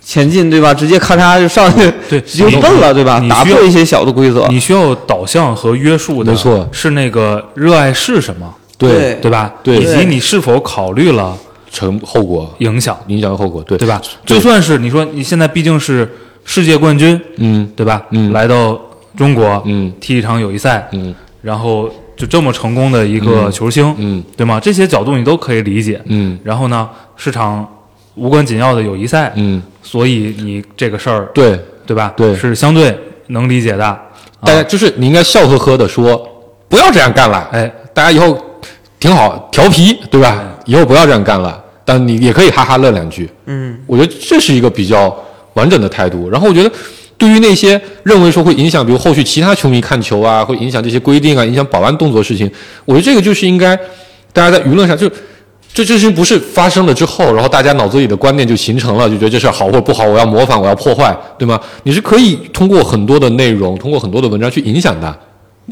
S3: 前进对吧？直接咔嚓就上去，
S4: 对
S3: 就
S4: 嗯你
S3: 蹦了对吧
S4: 你？需
S3: 打
S4: 要
S3: 破一些小的规则，
S4: 你需要有导向和约束的，
S5: 没错
S4: 是那个热爱是什么，
S5: 对
S4: 对吧？
S5: 对
S4: 以及你是否考虑了
S5: 成后果
S4: 影响，
S5: 影响后果，对
S4: 对吧？
S5: 对
S4: 就算是你说你现在毕竟是世界冠军，
S5: 嗯
S4: 对吧？
S5: 嗯
S4: 来到中国，
S5: 嗯
S4: 踢一场友谊赛，
S5: 嗯
S4: 然后就这么成功的一个球星，
S5: 嗯
S4: 对吗？这些角度你都可以理解。
S5: 嗯
S4: 然后呢，是场无关紧要的友谊赛，
S5: 嗯，
S4: 所以你这个事儿，
S5: 对，
S4: 对吧？
S5: 对
S4: 是相对能理解的。
S3: 啊
S5: 大家就是你应该笑呵呵的说，不要这样干了，
S4: 哎，
S5: 大家以后挺好，调皮，对吧？以后不要这样干了，但你也可以哈哈乐两句，
S3: 嗯，
S5: 我觉得这是一个比较完整的态度。然后我觉得，对于那些认为说会影响，比如后续其他球迷看球啊，会影响这些规定啊，影响保安动作的事情，我觉得这个就是应该大家在舆论上就。这这事情不是发生了之后，然后大家脑子里的观念就形成了，就觉得这事儿好或者不好，我要模仿，我要破坏，对吗？你是可以通过很多的内容，通过很多的文章去影响它。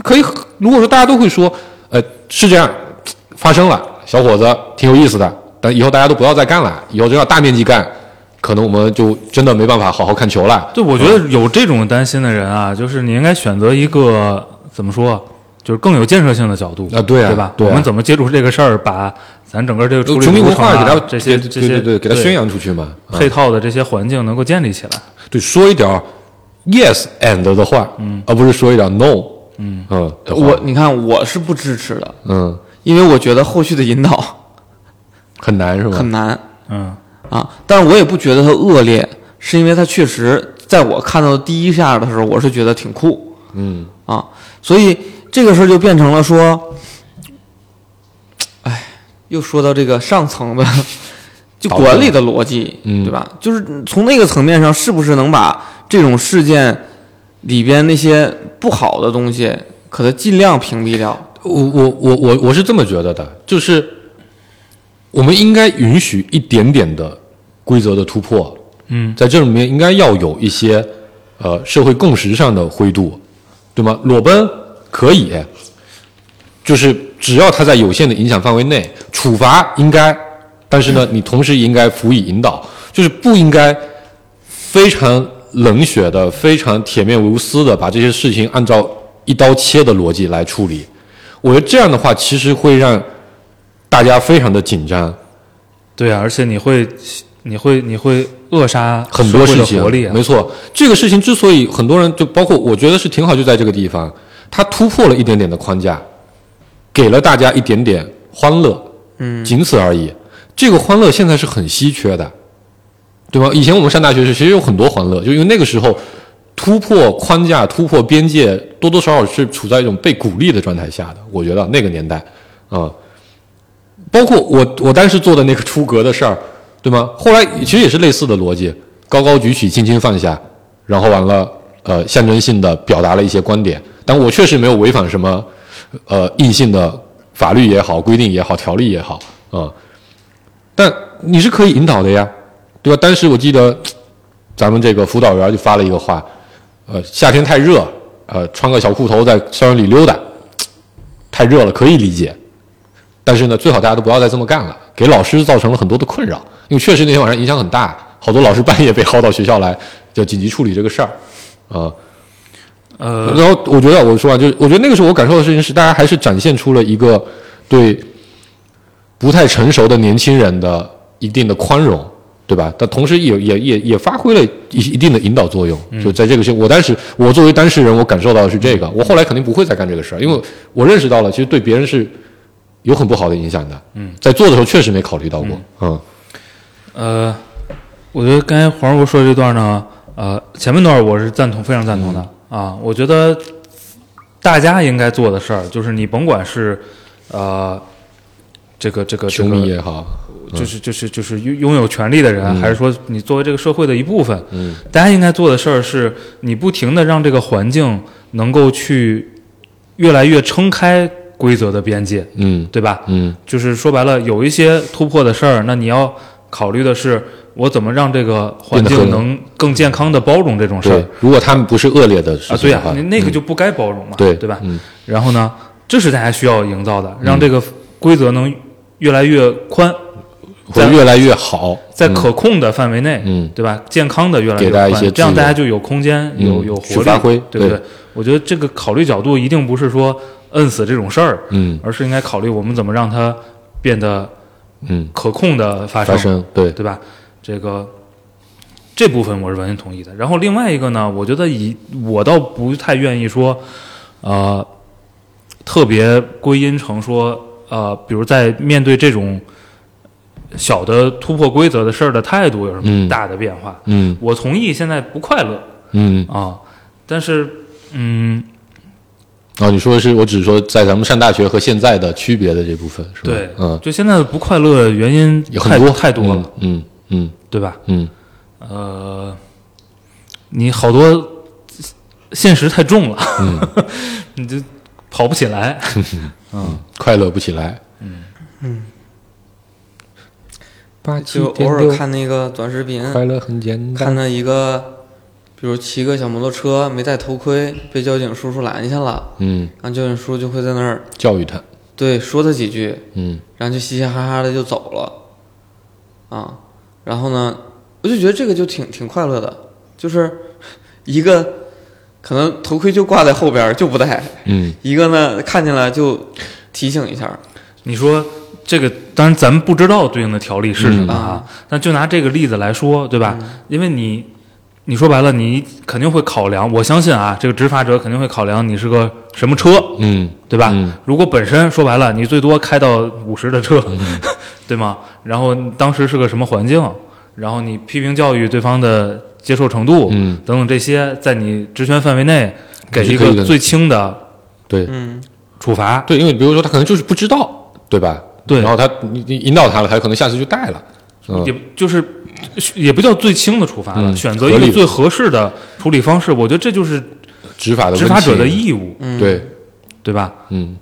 S5: 可以，如果说大家都会说，呃，是这样，发生了，小伙子挺有意思的，但以后大家都不要再干了，以后真要大面积干，可能我们就真的没办法好好看球了。
S4: 就我觉得有这种担心的人啊，就是你应该选择一个怎么说，就是更有建设性的角度
S5: 啊对啊
S4: 对吧？
S5: 对啊
S4: 我们怎么接触这个事儿，把咱整个这个处理
S5: 球迷
S4: 流
S5: 文
S4: 程
S5: 化
S4: 啊
S5: 给他
S4: 这些
S5: 对
S4: 这
S5: 对
S4: 些
S5: 对对，给他宣扬出去嘛。啊
S4: 配套的这些环境能够建立起来。
S5: 对，说一点儿 yes and 的话，嗯，而不是说一点儿 no，嗯嗯，的话
S3: 我你看我是不支持的，
S5: 嗯
S3: 因为我觉得后续的引导
S5: 很难是吧？
S3: 很难
S4: 嗯，
S3: 啊。但是我也不觉得它恶劣，是因为它确实在我看到的第一下的时候，我是觉得挺酷
S5: 嗯
S3: 啊。所以这个事儿就变成了说，哎，又说到这个上层的就
S5: 导致
S3: 管理的逻辑，
S5: 嗯
S3: 对吧？就是从那个层面上，是不是能把这种事件里边那些不好的东西，可它尽量屏蔽掉？
S5: 我我我我我是这么觉得的，就是我们应该允许一点点的规则的突破。
S4: 嗯，
S5: 在这里面应该要有一些呃社会共识上的灰度，对吗？裸奔可以，就是只要他在有限的影响范围内，处罚应该，但是呢，你同时也应该辅以引导，就是不应该非常冷血的、非常铁面无私的把这些事情按照一刀切的逻辑来处理。我觉得这样的话，其实会让大家非常的紧张，
S4: 对啊，而且你会你会你会扼杀
S5: 很多
S4: 社会
S5: 事
S4: 的
S5: 情，
S4: 活力啊
S5: 没。错，这个事情之所以很多人就包括我觉得是挺好，就在这个地方，它突破了一点点的框架，给了大家一点点欢乐，嗯，仅此而已。这个欢乐现在是很稀缺的，对吧？以前我们上大学时，其实有很多欢乐，就因为那个时候突破框架、突破边界，多多少少是处在一种被鼓励的状态下的。我觉得那个年代，啊、包括我我当时做的那个出格的事儿，对吗？后来其实也是类似的逻辑，高高举起，轻轻放下，然后完了，呃，象征性的表达了一些观点，但我确实没有违反什么，呃，硬性的法律也好、规定也好、条例也好啊、但你是可以引导的呀，对吧？当时我记得嗯咱们这个辅导员就发了一个话，呃，夏天太热，呃，穿个小裤头在校园里溜达，太热了，可以理解。但是呢，最好大家都不要再这么干了，给老师造成了很多的困扰，因为确实那天晚上影响很大，好多老师半夜被薅到学校来，就紧急处理这个事儿，啊、
S4: 呃，
S5: 然后我觉得我说啊，就是我觉得那个时候我感受的事情是，大家还是展现出了一个对不太成熟的年轻人的一定的宽容，对吧？但同时也也也也发挥了一一定的引导作用。就在这个事情，我当时我作为当事人，我感受到的是这个，我后来肯定不会再干这个事儿，因为我认识到了，其实对别人是有很不好的影响的。嗯，在做的时候确实没考虑到过。嗯，
S4: 呃，我觉得刚才黄渤说的这段呢，呃，前面段我是赞同，非常赞同
S5: 嗯
S4: 的、啊。我觉得大家应该做的事儿，就是你甭管是呃这个这个
S5: 球迷也嗯好，
S4: 这个就是就是就是拥拥有权利的人，还是说你作为这个社会的一部分，
S5: 嗯，
S4: 大家应该做的事儿是，你不停的让这个环境能够去越来越撑开规则的边界，
S5: 嗯
S4: 对吧？
S5: 嗯
S4: 就是说白了，有一些突破的事儿，那你要考虑的是，我怎么让这个环
S5: 变得
S4: 境
S5: 合理
S4: 能更健康的包容这种事儿
S5: 嗯对。如果他们不是恶劣的事
S4: 啊？
S5: 情
S4: 对
S5: 的
S4: 呀、
S5: 话，嗯
S4: 你那个就不该包容嘛，
S5: 对
S4: 对吧？
S5: 嗯
S4: 然后呢，这是大家需要营造的，让这个规则能越来越宽，
S5: 会越来越好。
S4: 在可控的范围内，
S5: 嗯
S4: 对吧？健康的越来越
S5: 给大家
S4: 宽，
S5: 一些
S4: 这样
S5: 自由
S4: 大家就有空间，
S5: 嗯
S4: 有有
S5: 去
S4: 活力，
S5: 发挥
S4: 对不
S5: 对
S4: 对？我觉得这个考虑角度一定不是说摁死这种事儿，
S5: 嗯
S4: 而是应该考虑我们怎么让它变得
S5: 嗯，
S4: 可控的发生，
S5: 发生对
S4: 对吧？这个这部分我是完全同意的。然后另外一个呢，我觉得以我倒不太愿意说，呃，特别归因成说，呃，比如在面对这种小的突破规则的事儿的态度有什
S5: 嗯
S4: 么大的变化。
S5: 嗯
S4: 我同意现在不快乐
S5: 嗯
S4: 啊，但是嗯，
S5: 啊，你说的是我只是说在咱们上大学和现在的区别的这部分是吧？
S4: 对，
S5: 嗯，
S4: 就现在的不快乐原因
S5: 有
S4: 太
S5: 很多
S4: 太多了，，
S5: 嗯嗯
S4: 对吧？
S5: 嗯
S4: 呃，你好多现实太重了， 你就跑不起来。
S5: 嗯，快乐不起来，
S4: 嗯
S3: 八嗯就偶尔看那个短视频，
S5: 快乐很简单，
S3: 看到一个，比如骑个小摩托车没戴头盔，被交警叔叔拦下了，
S5: 嗯，
S3: 然后交警叔叔就会在那儿
S5: 教育他，
S3: 对说他几句，
S5: 嗯
S3: 然后就嘻嘻哈哈的就走了，啊，然后呢，我就觉得这个就挺挺快乐的，就是 一个可能头盔就挂在后边儿就不戴，
S5: 嗯
S3: 一个呢看见了就提醒一下，
S4: 你说这个，当然咱们不知道对应的条例是什
S5: 嗯
S4: 么啊，但就拿这个例子来说，对吧？因为你。你说白了，你肯定会考量，我相信啊，这个执法者肯定会考量你是个什么车，
S5: 嗯
S4: 对吧？
S5: 嗯
S4: 如果本身说白了，你最多开到五十的车，
S5: 嗯
S4: 对吗？然后当时是个什么环境，然后你批评教育对方的接受程度，
S5: 嗯，
S4: 等等这些，在你职权范围内给
S5: 你是
S4: 一
S5: 可以
S4: 个
S5: 的
S4: 最轻的
S5: 对
S3: 嗯，
S4: 处罚。
S5: 对，因为比如说他可能就是不知道，对吧？
S4: 对
S5: 然后他你你引导他了，他可能下次就带了，嗯
S4: 也就是也不叫最轻的处罚了，
S5: 嗯
S4: 选择
S5: 合
S4: 一
S5: 理
S4: 个
S5: 的
S4: 最合适的处理方式，我觉得这就是
S5: 执法的
S4: 执法者的
S5: 问题，
S4: 义务，
S5: 对，
S4: 对吧？
S5: 嗯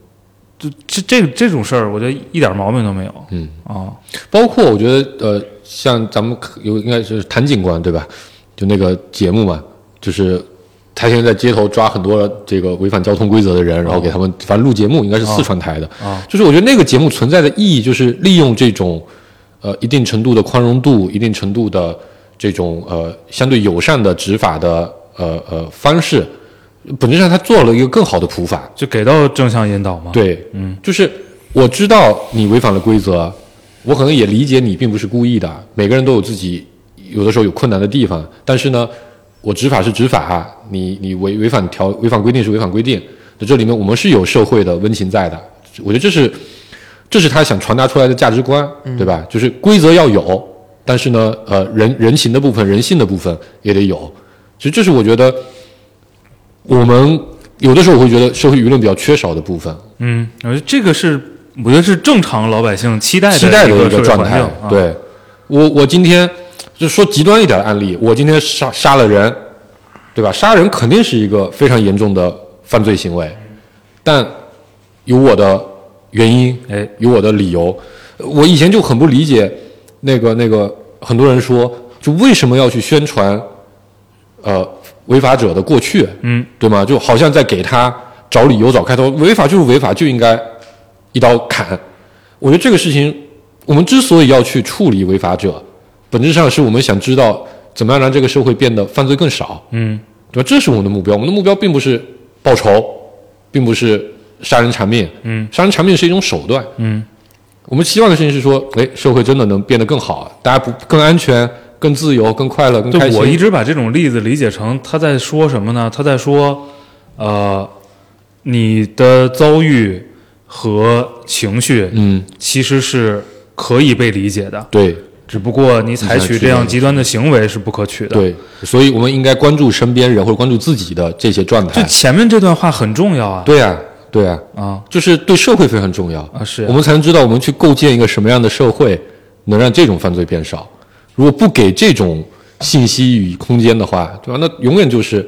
S4: 就这这这种事儿，我觉得一点毛病都没有。
S5: 嗯。
S4: 哦，
S5: 包括我觉得呃，像咱们有应该是谭警官对吧？就那个节目嘛，就是他现在在街头抓很多这个违反交通规则的人，然后给他们反正录节目，应该是四川台的。
S4: 哦
S5: 就是我觉得那个节目存在的意义，就是利用这种呃一定程度的宽容度、一定程度的这种呃相对友善的执法的呃呃方式，本质上他做了一个更好的普法。
S4: 就给到正向引导嘛。，
S5: 对，嗯，就是我知道你违反了规则，我可能也理解你并不是故意的。每个人都有自己有的时候有困难的地方，但是呢，我执法是执法，你你违违反条违反规定是违反规定。那这里面我们是有社会的温情在的，我觉得这是这是他想传达出来的价值观，对吧？就是规则要有，但是呢，呃，人人情的部分、人性的部分也得有。其实这是我觉得我们有的时候我会觉得社会舆论比较缺少的部分，
S4: 嗯，我觉得这个是，我觉得是正常老百姓期待的
S5: 期待的
S4: 一
S5: 一
S4: 社
S5: 个
S4: 会
S5: 状
S4: 环
S5: 态
S4: 境。啊，
S5: 对，我我今天就说极端一点的案例，我今天杀杀了人，对吧？杀人肯定是一个非常严重的犯罪行为，但有我的原因，
S4: 哎，
S5: 有我的理由。我以前就很不理解那个那个很多人说，就为什么要去宣传呃违法者的过去，
S4: 嗯，
S5: 对吗？就好像在给他找理由、找开头，违法就是违法，就应该一刀砍。我觉得这个事情，我们之所以要去处理违法者，本质上是我们想知道怎么样让这个社会变得犯罪更少，
S4: 嗯，
S5: 对吧？这是我们的目标。我们的目标并不是报仇，并不是杀人偿命，
S4: 嗯，
S5: 杀人偿命是一种手段，
S4: 嗯，
S5: 我们希望的事情是说，哎，社会真的能变得更好，大家不更安全、更自由、更快乐、更
S4: 就
S5: 开心。
S4: 我一直把这种例子理解成他在说什么呢？他在说，呃，你的遭遇和情绪，
S5: 嗯，
S4: 其实是可以被理解的，
S5: 对
S4: 只不过你采
S5: 采
S4: 取
S5: 取
S4: 这样
S5: 这个
S4: 极端的行为是不可取的。，
S5: 对，所以我们应该关注身边人或者关注自己的这些状
S4: 就
S5: 态。
S4: 前面这段话很重要啊。
S5: 对啊，哎对啊，
S4: 啊
S5: 就是对社会非常重要
S4: 啊是啊
S5: 我们才能知道我们去构建一个什么样的社会，能让这种犯罪变少。如果不给这种信息与空间的话，对吧？那永远就是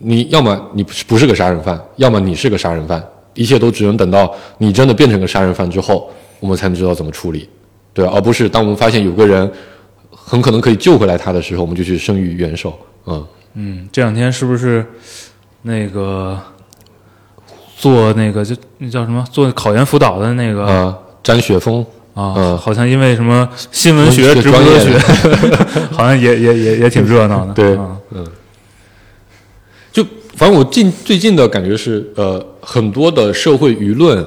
S5: 你要么你不是不是个杀人犯，要么你是个杀人犯，一切都只能等到你真的变成个杀人犯之后，我们才能知道怎么处理，对吧而不是当我们发现有个人很可能可以救回来他的时候，我们就去伸予援手。嗯，
S4: 嗯，这两天是不是那个做那个就那叫什么做考研辅导的那个
S5: 啊、詹雪峰，
S4: 啊，
S5: 嗯
S4: 好像因为什么新闻
S5: 文
S4: 学、
S5: 学
S4: 直播
S5: 专业
S4: 学， 好像也也也也挺热闹的。
S5: 对
S4: 啊，
S5: 嗯，就反正我近最近的感觉是，呃，很多的社会舆论，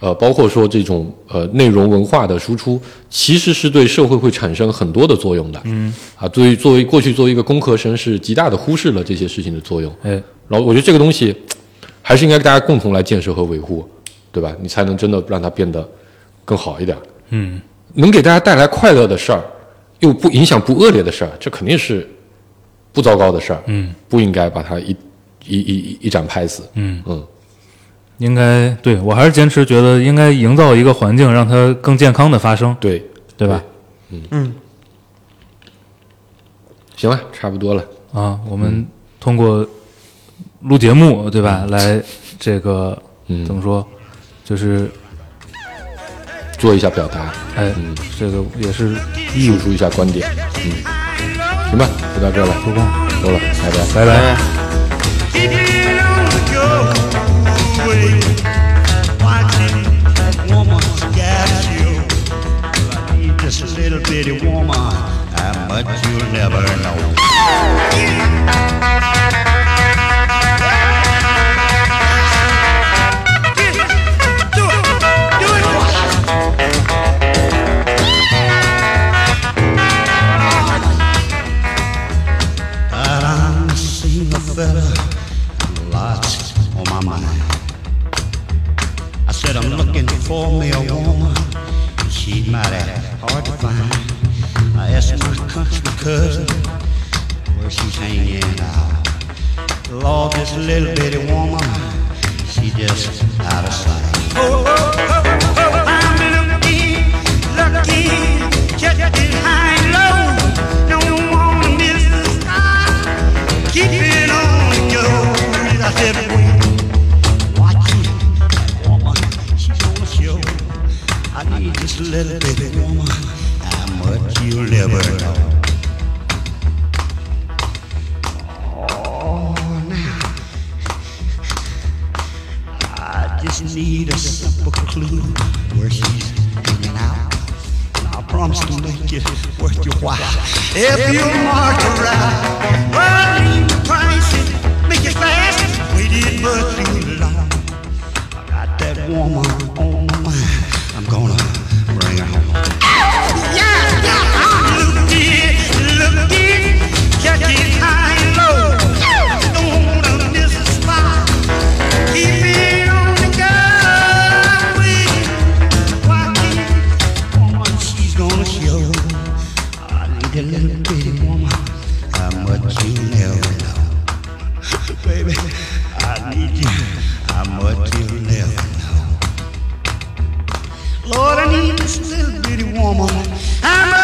S5: 呃，包括说这种呃内容文化的输出，其实是对社会会产生很多的作用的。嗯，啊，对于作为过去作为一个工科生是极大的忽视了这些事情的作用。
S4: 哎，
S5: 然后我觉得这个东西还是应该大家共同来建设和维护，对吧？你才能真的让它变得更好一点。
S4: 嗯，
S5: 能给大家带来快乐的事儿，又不影响不恶劣的事儿，这肯定是不糟糕的事儿。
S4: 嗯，
S5: 不应该把它一一一一一掌拍死。
S4: 嗯
S5: 嗯，
S4: 应该对我还是坚持觉得应该营造一个环境，让它更健康的发生，
S5: 对，嗯
S4: 对吧？
S5: 行了，差不多了。
S4: 啊，我
S5: 嗯
S4: 们通过录节目，对吧，来这个
S5: 嗯
S4: 怎么说，就是
S5: 做一下表达，
S4: 哎，
S5: 嗯
S4: 这个也是
S5: 输出一下观点。嗯，行吧，就到这儿了，
S4: 不光
S5: 够了，拜拜。
S4: 拜拜。
S2: If you don't go away, watching woman gas you. I need just a little bitty woman, how much you'll never know. But I'm seeing a fella, lots on my mind. I said I'm looking for me a woman, she's mighty hard to find. I asked my country cousin where she's hanging out. Lord, this little bitty woman, she just out of sight. Little baby woman, how much you'll never know. Oh, now I just need a simple clue where she's hanging out. And I promise to make it worth your while. If you mark her out, well, leave the price and make it fast. Waited but too long. I got that woman on my mind. I'm gonna bring her home. Baby, I need you. How much you never know. Lord, I need this little bitty woman. I'm